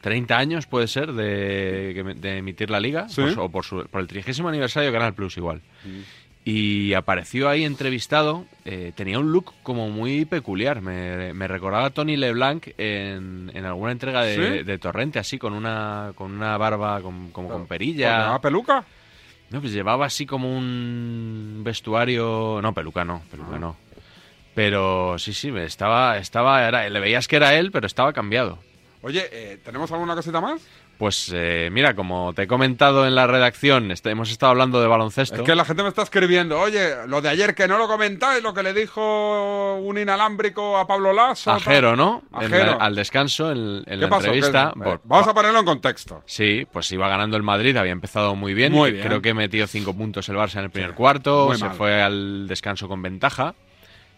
Speaker 3: 30 años, puede ser, de, de emitir la liga,
Speaker 1: Sí.
Speaker 3: por su- o por, su- por el trigésimo aniversario de Canal Plus igual. Y apareció ahí entrevistado, eh, tenía un look como muy peculiar, me, me recordaba a Tony LeBlanc en, en alguna entrega de,
Speaker 1: ¿Sí?
Speaker 3: de Torrente, así con una, con una barba con- como con perilla.
Speaker 1: ¿Llevaba peluca?
Speaker 3: No, pues llevaba así como un vestuario. No, peluca no,
Speaker 1: Ah.
Speaker 3: peluca no. Pero sí, sí, me estaba. estaba era- le veías que era él, pero estaba cambiado.
Speaker 1: Oye, eh, ¿tenemos alguna cosita más?
Speaker 3: Pues eh, mira, como te he comentado en la redacción, este- hemos estado hablando de baloncesto.
Speaker 1: Es que la gente me está escribiendo, oye, lo de ayer que no lo comentáis, lo que le dijo un inalámbrico a Pablo Lasso.
Speaker 3: Ajero, ¿no? En la-
Speaker 1: Ajero.
Speaker 3: al descanso, en, en
Speaker 1: ¿Qué
Speaker 3: la
Speaker 1: pasó?
Speaker 3: entrevista.
Speaker 1: ¿Qué-
Speaker 3: por-
Speaker 1: Vamos a ponerlo en contexto.
Speaker 3: Sí, pues iba ganando el Madrid, había empezado muy bien.
Speaker 1: Muy bien.
Speaker 3: Creo que metió cinco puntos el Barça en el primer cuarto,
Speaker 1: muy
Speaker 3: se
Speaker 1: mal.
Speaker 3: fue al descanso con ventaja.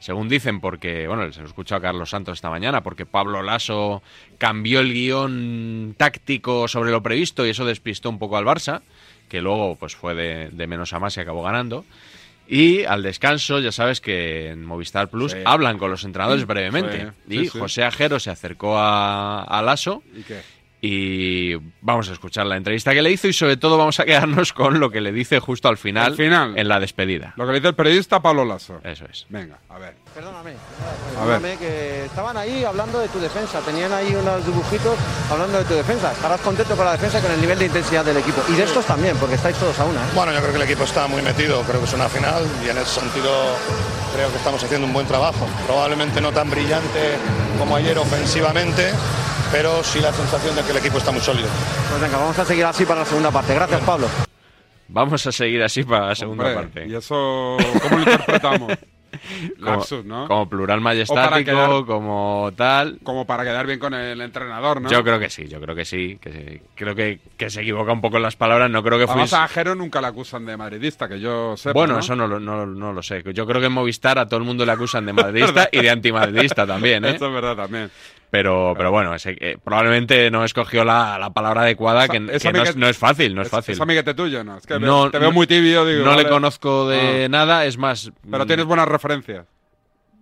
Speaker 3: Según dicen, porque, bueno, se lo escuchó a Carlos Santos esta mañana, porque Pablo Lasso cambió el guión táctico sobre lo previsto y eso despistó un poco al Barça, que luego pues fue de, de menos a más y acabó ganando. Y al descanso, ya sabes que en Movistar Plus
Speaker 1: Sí.
Speaker 3: hablan con los entrenadores
Speaker 1: Sí,
Speaker 3: brevemente.
Speaker 1: sí,
Speaker 3: y
Speaker 1: sí.
Speaker 3: José Ajero se acercó a, a Lasso
Speaker 1: ¿Y qué?
Speaker 3: y vamos a escuchar la entrevista que le hizo y sobre todo vamos a quedarnos con lo que le dice justo al final,
Speaker 1: Al final.
Speaker 3: en la despedida.
Speaker 1: Lo que le dice el periodista a Pablo Lasso.
Speaker 3: Eso es.
Speaker 1: Venga, a ver.
Speaker 19: Perdóname,
Speaker 1: A ver.
Speaker 19: perdóname que estaban ahí hablando de tu defensa, tenían ahí unos dibujitos hablando de tu defensa. Estarás contento con la defensa y con el nivel de intensidad del equipo. Y de estos también, porque estáis todos a una. ¿eh?
Speaker 63: Bueno, yo creo que el equipo está muy metido, creo que es una final y en ese sentido creo que estamos haciendo un buen trabajo. Probablemente no tan brillante como ayer ofensivamente, pero sí la sensación de que el equipo está muy sólido.
Speaker 19: Pues venga, vamos a seguir así para la segunda parte. Gracias, Pablo.
Speaker 3: Vamos a seguir así para la segunda
Speaker 1: Hombre,
Speaker 3: parte.
Speaker 1: ¿Y eso cómo lo interpretamos?
Speaker 3: Como,
Speaker 1: Lapsus, ¿no?
Speaker 3: como plural
Speaker 1: O para
Speaker 3: majestático,
Speaker 1: quedar-
Speaker 3: como tal.
Speaker 1: Como para quedar bien con el entrenador, ¿no?
Speaker 3: Yo creo que sí, yo creo que sí. Que se- creo que, que se equivoca un poco en las palabras. No creo que
Speaker 1: Además,
Speaker 3: fuese.
Speaker 1: a Jero nunca la acusan de madridista, que yo sepa.
Speaker 3: Bueno,
Speaker 1: ¿no?
Speaker 3: eso no lo, no, lo- no lo sé. Yo creo que en Movistar a todo el mundo le acusan de madridista y de antimadridista también, ¿eh?
Speaker 1: Eso es verdad también.
Speaker 3: Pero, pero bueno, ese- eh, probablemente no escogió la, la palabra adecuada,
Speaker 1: Esa-
Speaker 3: que,
Speaker 1: esa
Speaker 3: que no, es,
Speaker 1: amiguet-
Speaker 3: no es fácil, no es, fácil.
Speaker 1: Es amiguete tuyo, ¿no? Es que
Speaker 3: No-
Speaker 1: te veo muy tibio, digo.
Speaker 3: No
Speaker 1: vale.
Speaker 3: le conozco de
Speaker 1: Ah.
Speaker 3: nada, es más...
Speaker 1: Pero
Speaker 3: mm,
Speaker 1: tienes buenas referencias.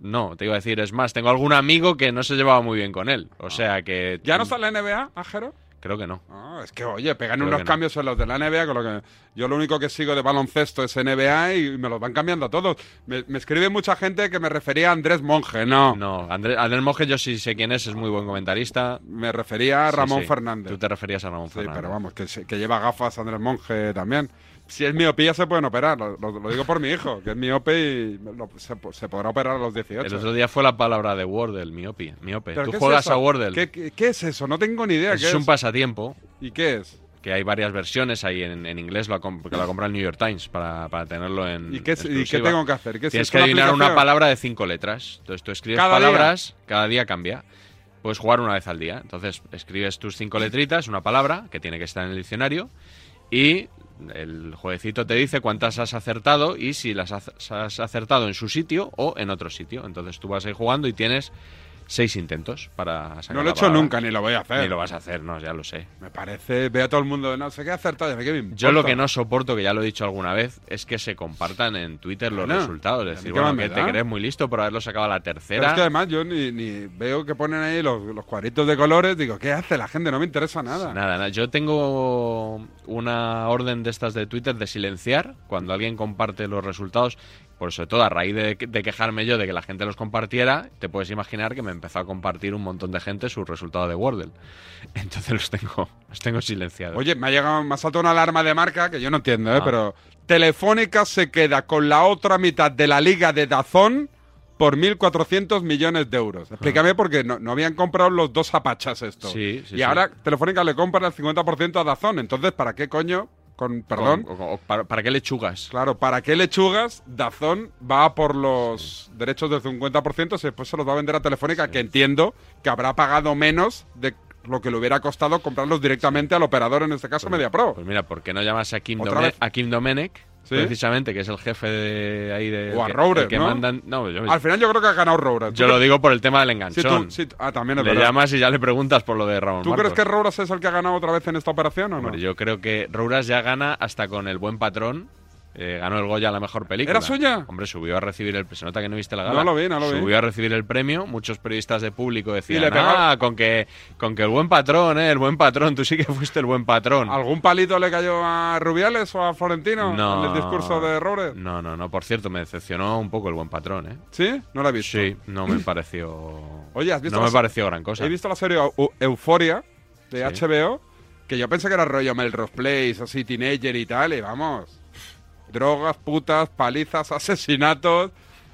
Speaker 3: No, te iba a decir, es más, tengo algún amigo que no se llevaba muy bien con él. O sea que...
Speaker 1: Ah. ¿Ya no está en la NBA, Ajero?
Speaker 3: Creo que no.
Speaker 1: No, Ah, es que, oye, pegan
Speaker 3: Creo
Speaker 1: unos
Speaker 3: que no.
Speaker 1: cambios en los de la NBA, con lo que yo lo único que sigo de baloncesto es NBA y me los van cambiando todos. Me, me escribe mucha gente que me refería a Andrés Monge, no.
Speaker 3: No, Andrés, Monge yo sí sé quién es, es muy buen comentarista.
Speaker 1: Me refería a
Speaker 3: Sí,
Speaker 1: Ramón
Speaker 3: sí,
Speaker 1: Fernández.
Speaker 3: Tú te referías a Ramón
Speaker 1: Sí,
Speaker 3: Fernández.
Speaker 1: pero vamos, que, se- que lleva gafas Andrés Monge también. Si es miopía se pueden operar, lo, lo- lo digo por mi hijo, que es miope y lo- se, po- se podrá operar a los 18.
Speaker 3: El otro día fue la palabra de Wordle, miope. miope.
Speaker 1: ¿Pero
Speaker 3: Tú
Speaker 1: qué es
Speaker 3: juegas
Speaker 1: eso?
Speaker 3: a Wordle.
Speaker 1: ¿Qué, qué, qué es eso? No tengo ni idea.
Speaker 3: Pues es,
Speaker 1: qué
Speaker 3: un pasatiempo.
Speaker 1: ¿Y qué es?
Speaker 3: Que hay varias versiones ahí en, en inglés, lo ha comp- que lo ha comprado el New York Times para, para tenerlo en.
Speaker 1: ¿Y qué es- y qué
Speaker 3: exclusiva.
Speaker 1: tengo que hacer? ¿Qué es
Speaker 3: Tienes
Speaker 1: esto,
Speaker 3: que
Speaker 1: una
Speaker 3: adivinar una
Speaker 1: aplicación?
Speaker 3: palabra de cinco letras. Entonces tú escribes
Speaker 1: ¿Cada día?
Speaker 3: palabras, cada día cambia. Puedes jugar una vez al día. Entonces escribes tus cinco letritas, una palabra que tiene que estar en el diccionario y el jueguecito te dice cuántas has acertado y si las has- has acertado en su sitio o en otro sitio. Entonces tú vas a ir jugando y tienes seis intentos para sacar
Speaker 1: No lo he
Speaker 3: la
Speaker 1: hecho
Speaker 3: palabra.
Speaker 1: nunca, ni lo voy a hacer.
Speaker 3: Ni lo vas a hacer, no, ya lo sé.
Speaker 1: Me parece, veo a todo el mundo, no sé qué acertado, ¿qué me importa?
Speaker 3: Yo lo que no soporto, que ya lo he dicho alguna vez, es que se compartan en Twitter los
Speaker 1: Bueno,
Speaker 3: resultados.
Speaker 1: ¿a
Speaker 3: Es
Speaker 1: mí qué
Speaker 3: decir, bueno,
Speaker 1: más me
Speaker 3: que te
Speaker 1: da?
Speaker 3: crees muy listo por haberlo sacado a la
Speaker 1: Pero es
Speaker 3: tercera.
Speaker 1: que además yo ni, ni veo que ponen ahí los, los cuadritos de colores, digo, ¿qué hace la gente? No me interesa nada.
Speaker 3: Nada, nada. Yo tengo una orden de estas de Twitter de silenciar cuando alguien comparte los resultados. Por sobre todo a raíz de, de quejarme yo de que la gente los compartiera, te puedes imaginar que me empezó a compartir un montón de gente su resultado de Wordle. Entonces los tengo, los tengo silenciados.
Speaker 1: Oye, me ha llegado, me ha saltado una alarma de marca que yo no entiendo, ¿eh?
Speaker 3: Ah.
Speaker 1: pero Telefónica se queda con la otra mitad de la liga de Dazón por 1.400 millones de
Speaker 3: Ah.
Speaker 1: euros. Explícame porque no, no habían comprado los dos apachas esto.
Speaker 3: Sí, sí,
Speaker 1: y
Speaker 3: sí.
Speaker 1: ahora Telefónica le compra el 50% a Dazón. Entonces, ¿para qué coño? Con, perdón.
Speaker 3: Con- o- o- para, para qué lechugas?
Speaker 1: Claro, ¿para qué lechugas Dazón va a por los derechos del 50% si después se los va a vender a Telefónica, que entiendo que habrá pagado menos de lo que le hubiera costado comprarlos directamente al operador, en este caso MediaPro?
Speaker 3: Pues mira, ¿por qué no llamas a Kim,
Speaker 1: ¿Otra
Speaker 3: Dome-
Speaker 1: vez?
Speaker 3: a Kim Domenech?
Speaker 1: Sí.
Speaker 3: Precisamente, que es el jefe de ahí de.
Speaker 1: O a
Speaker 3: que-
Speaker 1: Roures,
Speaker 3: el que
Speaker 1: ¿no?
Speaker 3: mandan. No, yo,
Speaker 1: Al final yo creo que ha ganado Roura.
Speaker 3: yo lo digo por el tema del enganchón.
Speaker 1: ah, también es
Speaker 3: Le
Speaker 1: verdad.
Speaker 3: llamas y ya le preguntas por lo de Ramón.
Speaker 1: ¿Tú crees que Roura es el que ha ganado otra vez en esta operación o no?
Speaker 3: Yo creo que Rouras ya gana hasta con el buen patrón. Eh, ganó el Goya a la mejor película.
Speaker 1: ¿Era suya?
Speaker 3: Hombre, subió a recibir el. Se nota que no viste la
Speaker 1: No
Speaker 3: gala.
Speaker 1: lo vi, no lo vi.
Speaker 3: Subió a recibir el premio. Muchos periodistas de público decían:
Speaker 1: le
Speaker 3: Ah,
Speaker 1: pegaron-
Speaker 3: con que, con que el buen patrón, eh, el buen patrón. Tú sí que fuiste el buen patrón.
Speaker 1: ¿Algún palito le cayó a Rubiales o a Florentino
Speaker 3: No.
Speaker 1: en el discurso de Roures?
Speaker 3: No, no, no. Por cierto, me decepcionó un poco el buen patrón, ¿eh?
Speaker 1: ¿Sí? No la he visto.
Speaker 3: Sí, no me pareció.
Speaker 1: Oye, ¿has visto
Speaker 3: No
Speaker 1: la
Speaker 3: me
Speaker 1: se-
Speaker 3: pareció gran cosa.
Speaker 1: He visto la serie Eu- Euforia de
Speaker 3: Sí.
Speaker 1: HBO, que yo pensé que era rollo Melrose Place, así teenager y tal, y vamos. Drogas, putas, palizas, asesinatos.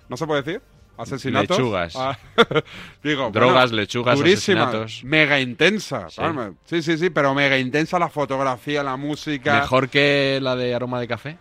Speaker 1: ¿No se puede decir? Asesinatos.
Speaker 3: Lechugas.
Speaker 1: Ah, digo,
Speaker 3: Drogas,
Speaker 1: bueno,
Speaker 3: lechugas,
Speaker 1: durísima,
Speaker 3: asesinatos.
Speaker 1: Mega intensa.
Speaker 3: Sí.
Speaker 1: vamos. Sí. sí, sí, pero mega intensa la fotografía, la música.
Speaker 3: ¿Mejor que la de Aroma de Café?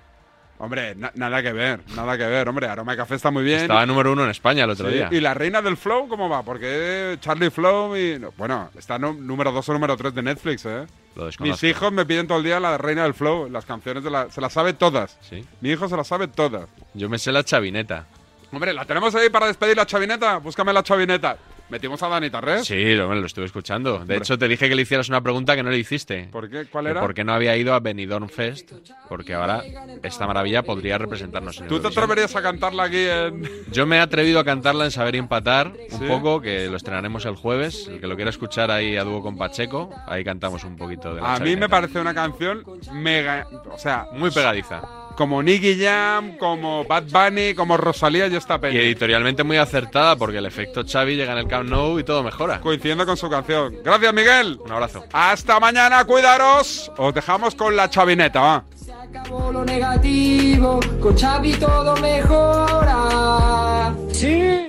Speaker 1: Hombre, na- nada que ver, nada que ver. Hombre, Aroma de Café está muy bien.
Speaker 3: Estaba número uno en España el otro
Speaker 1: Sí,
Speaker 3: día.
Speaker 1: ¿Y la reina del flow cómo va? Porque Charlie Flow y... no, Bueno, está nu- número 2 o número 3 de Netflix, ¿eh?
Speaker 3: Lo desconozco.
Speaker 1: Mis hijos me piden todo el día la reina del flow, las canciones de la... Se las sabe todas.
Speaker 3: Sí.
Speaker 1: Mi hijo se las sabe todas.
Speaker 3: Yo me sé la chavineta.
Speaker 1: Hombre, ¿la tenemos ahí para despedir la chavineta? Búscame la chavineta. Metimos a Dani Tarrés.
Speaker 3: Sí, lo, lo estuve escuchando. De hecho, te dije que le hicieras una pregunta que no le hiciste.
Speaker 1: ¿Por qué? ¿Cuál
Speaker 3: Que
Speaker 1: era?
Speaker 3: ¿Por qué no había ido a Benidorm Fest? Porque ahora esta maravilla podría representarnos en
Speaker 1: ¿Tú te
Speaker 3: Eurovisión.
Speaker 1: atreverías a cantarla aquí en...?
Speaker 3: Yo me he atrevido a cantarla en Saber y Empatar un
Speaker 1: Sí.
Speaker 3: poco, que lo estrenaremos el jueves. El que lo quiera escuchar ahí a dúo con Pacheco, ahí cantamos un poquito de la
Speaker 1: A mí
Speaker 3: chavineta.
Speaker 1: me parece una canción mega... O sea...
Speaker 3: Muy pegadiza.
Speaker 1: Como Nicky Jam, como Bad Bunny, como Rosalía y esta
Speaker 3: Y
Speaker 1: peli.
Speaker 3: editorialmente muy acertada porque el efecto Xavi llega en el Camp Nou y todo mejora.
Speaker 1: Coincidiendo con su canción. Gracias, Miguel.
Speaker 3: Un abrazo.
Speaker 1: Hasta mañana, cuidaros. Os dejamos con la chavineta, va.
Speaker 7: Todo lo negativo, con Xavi todo mejora. Sí.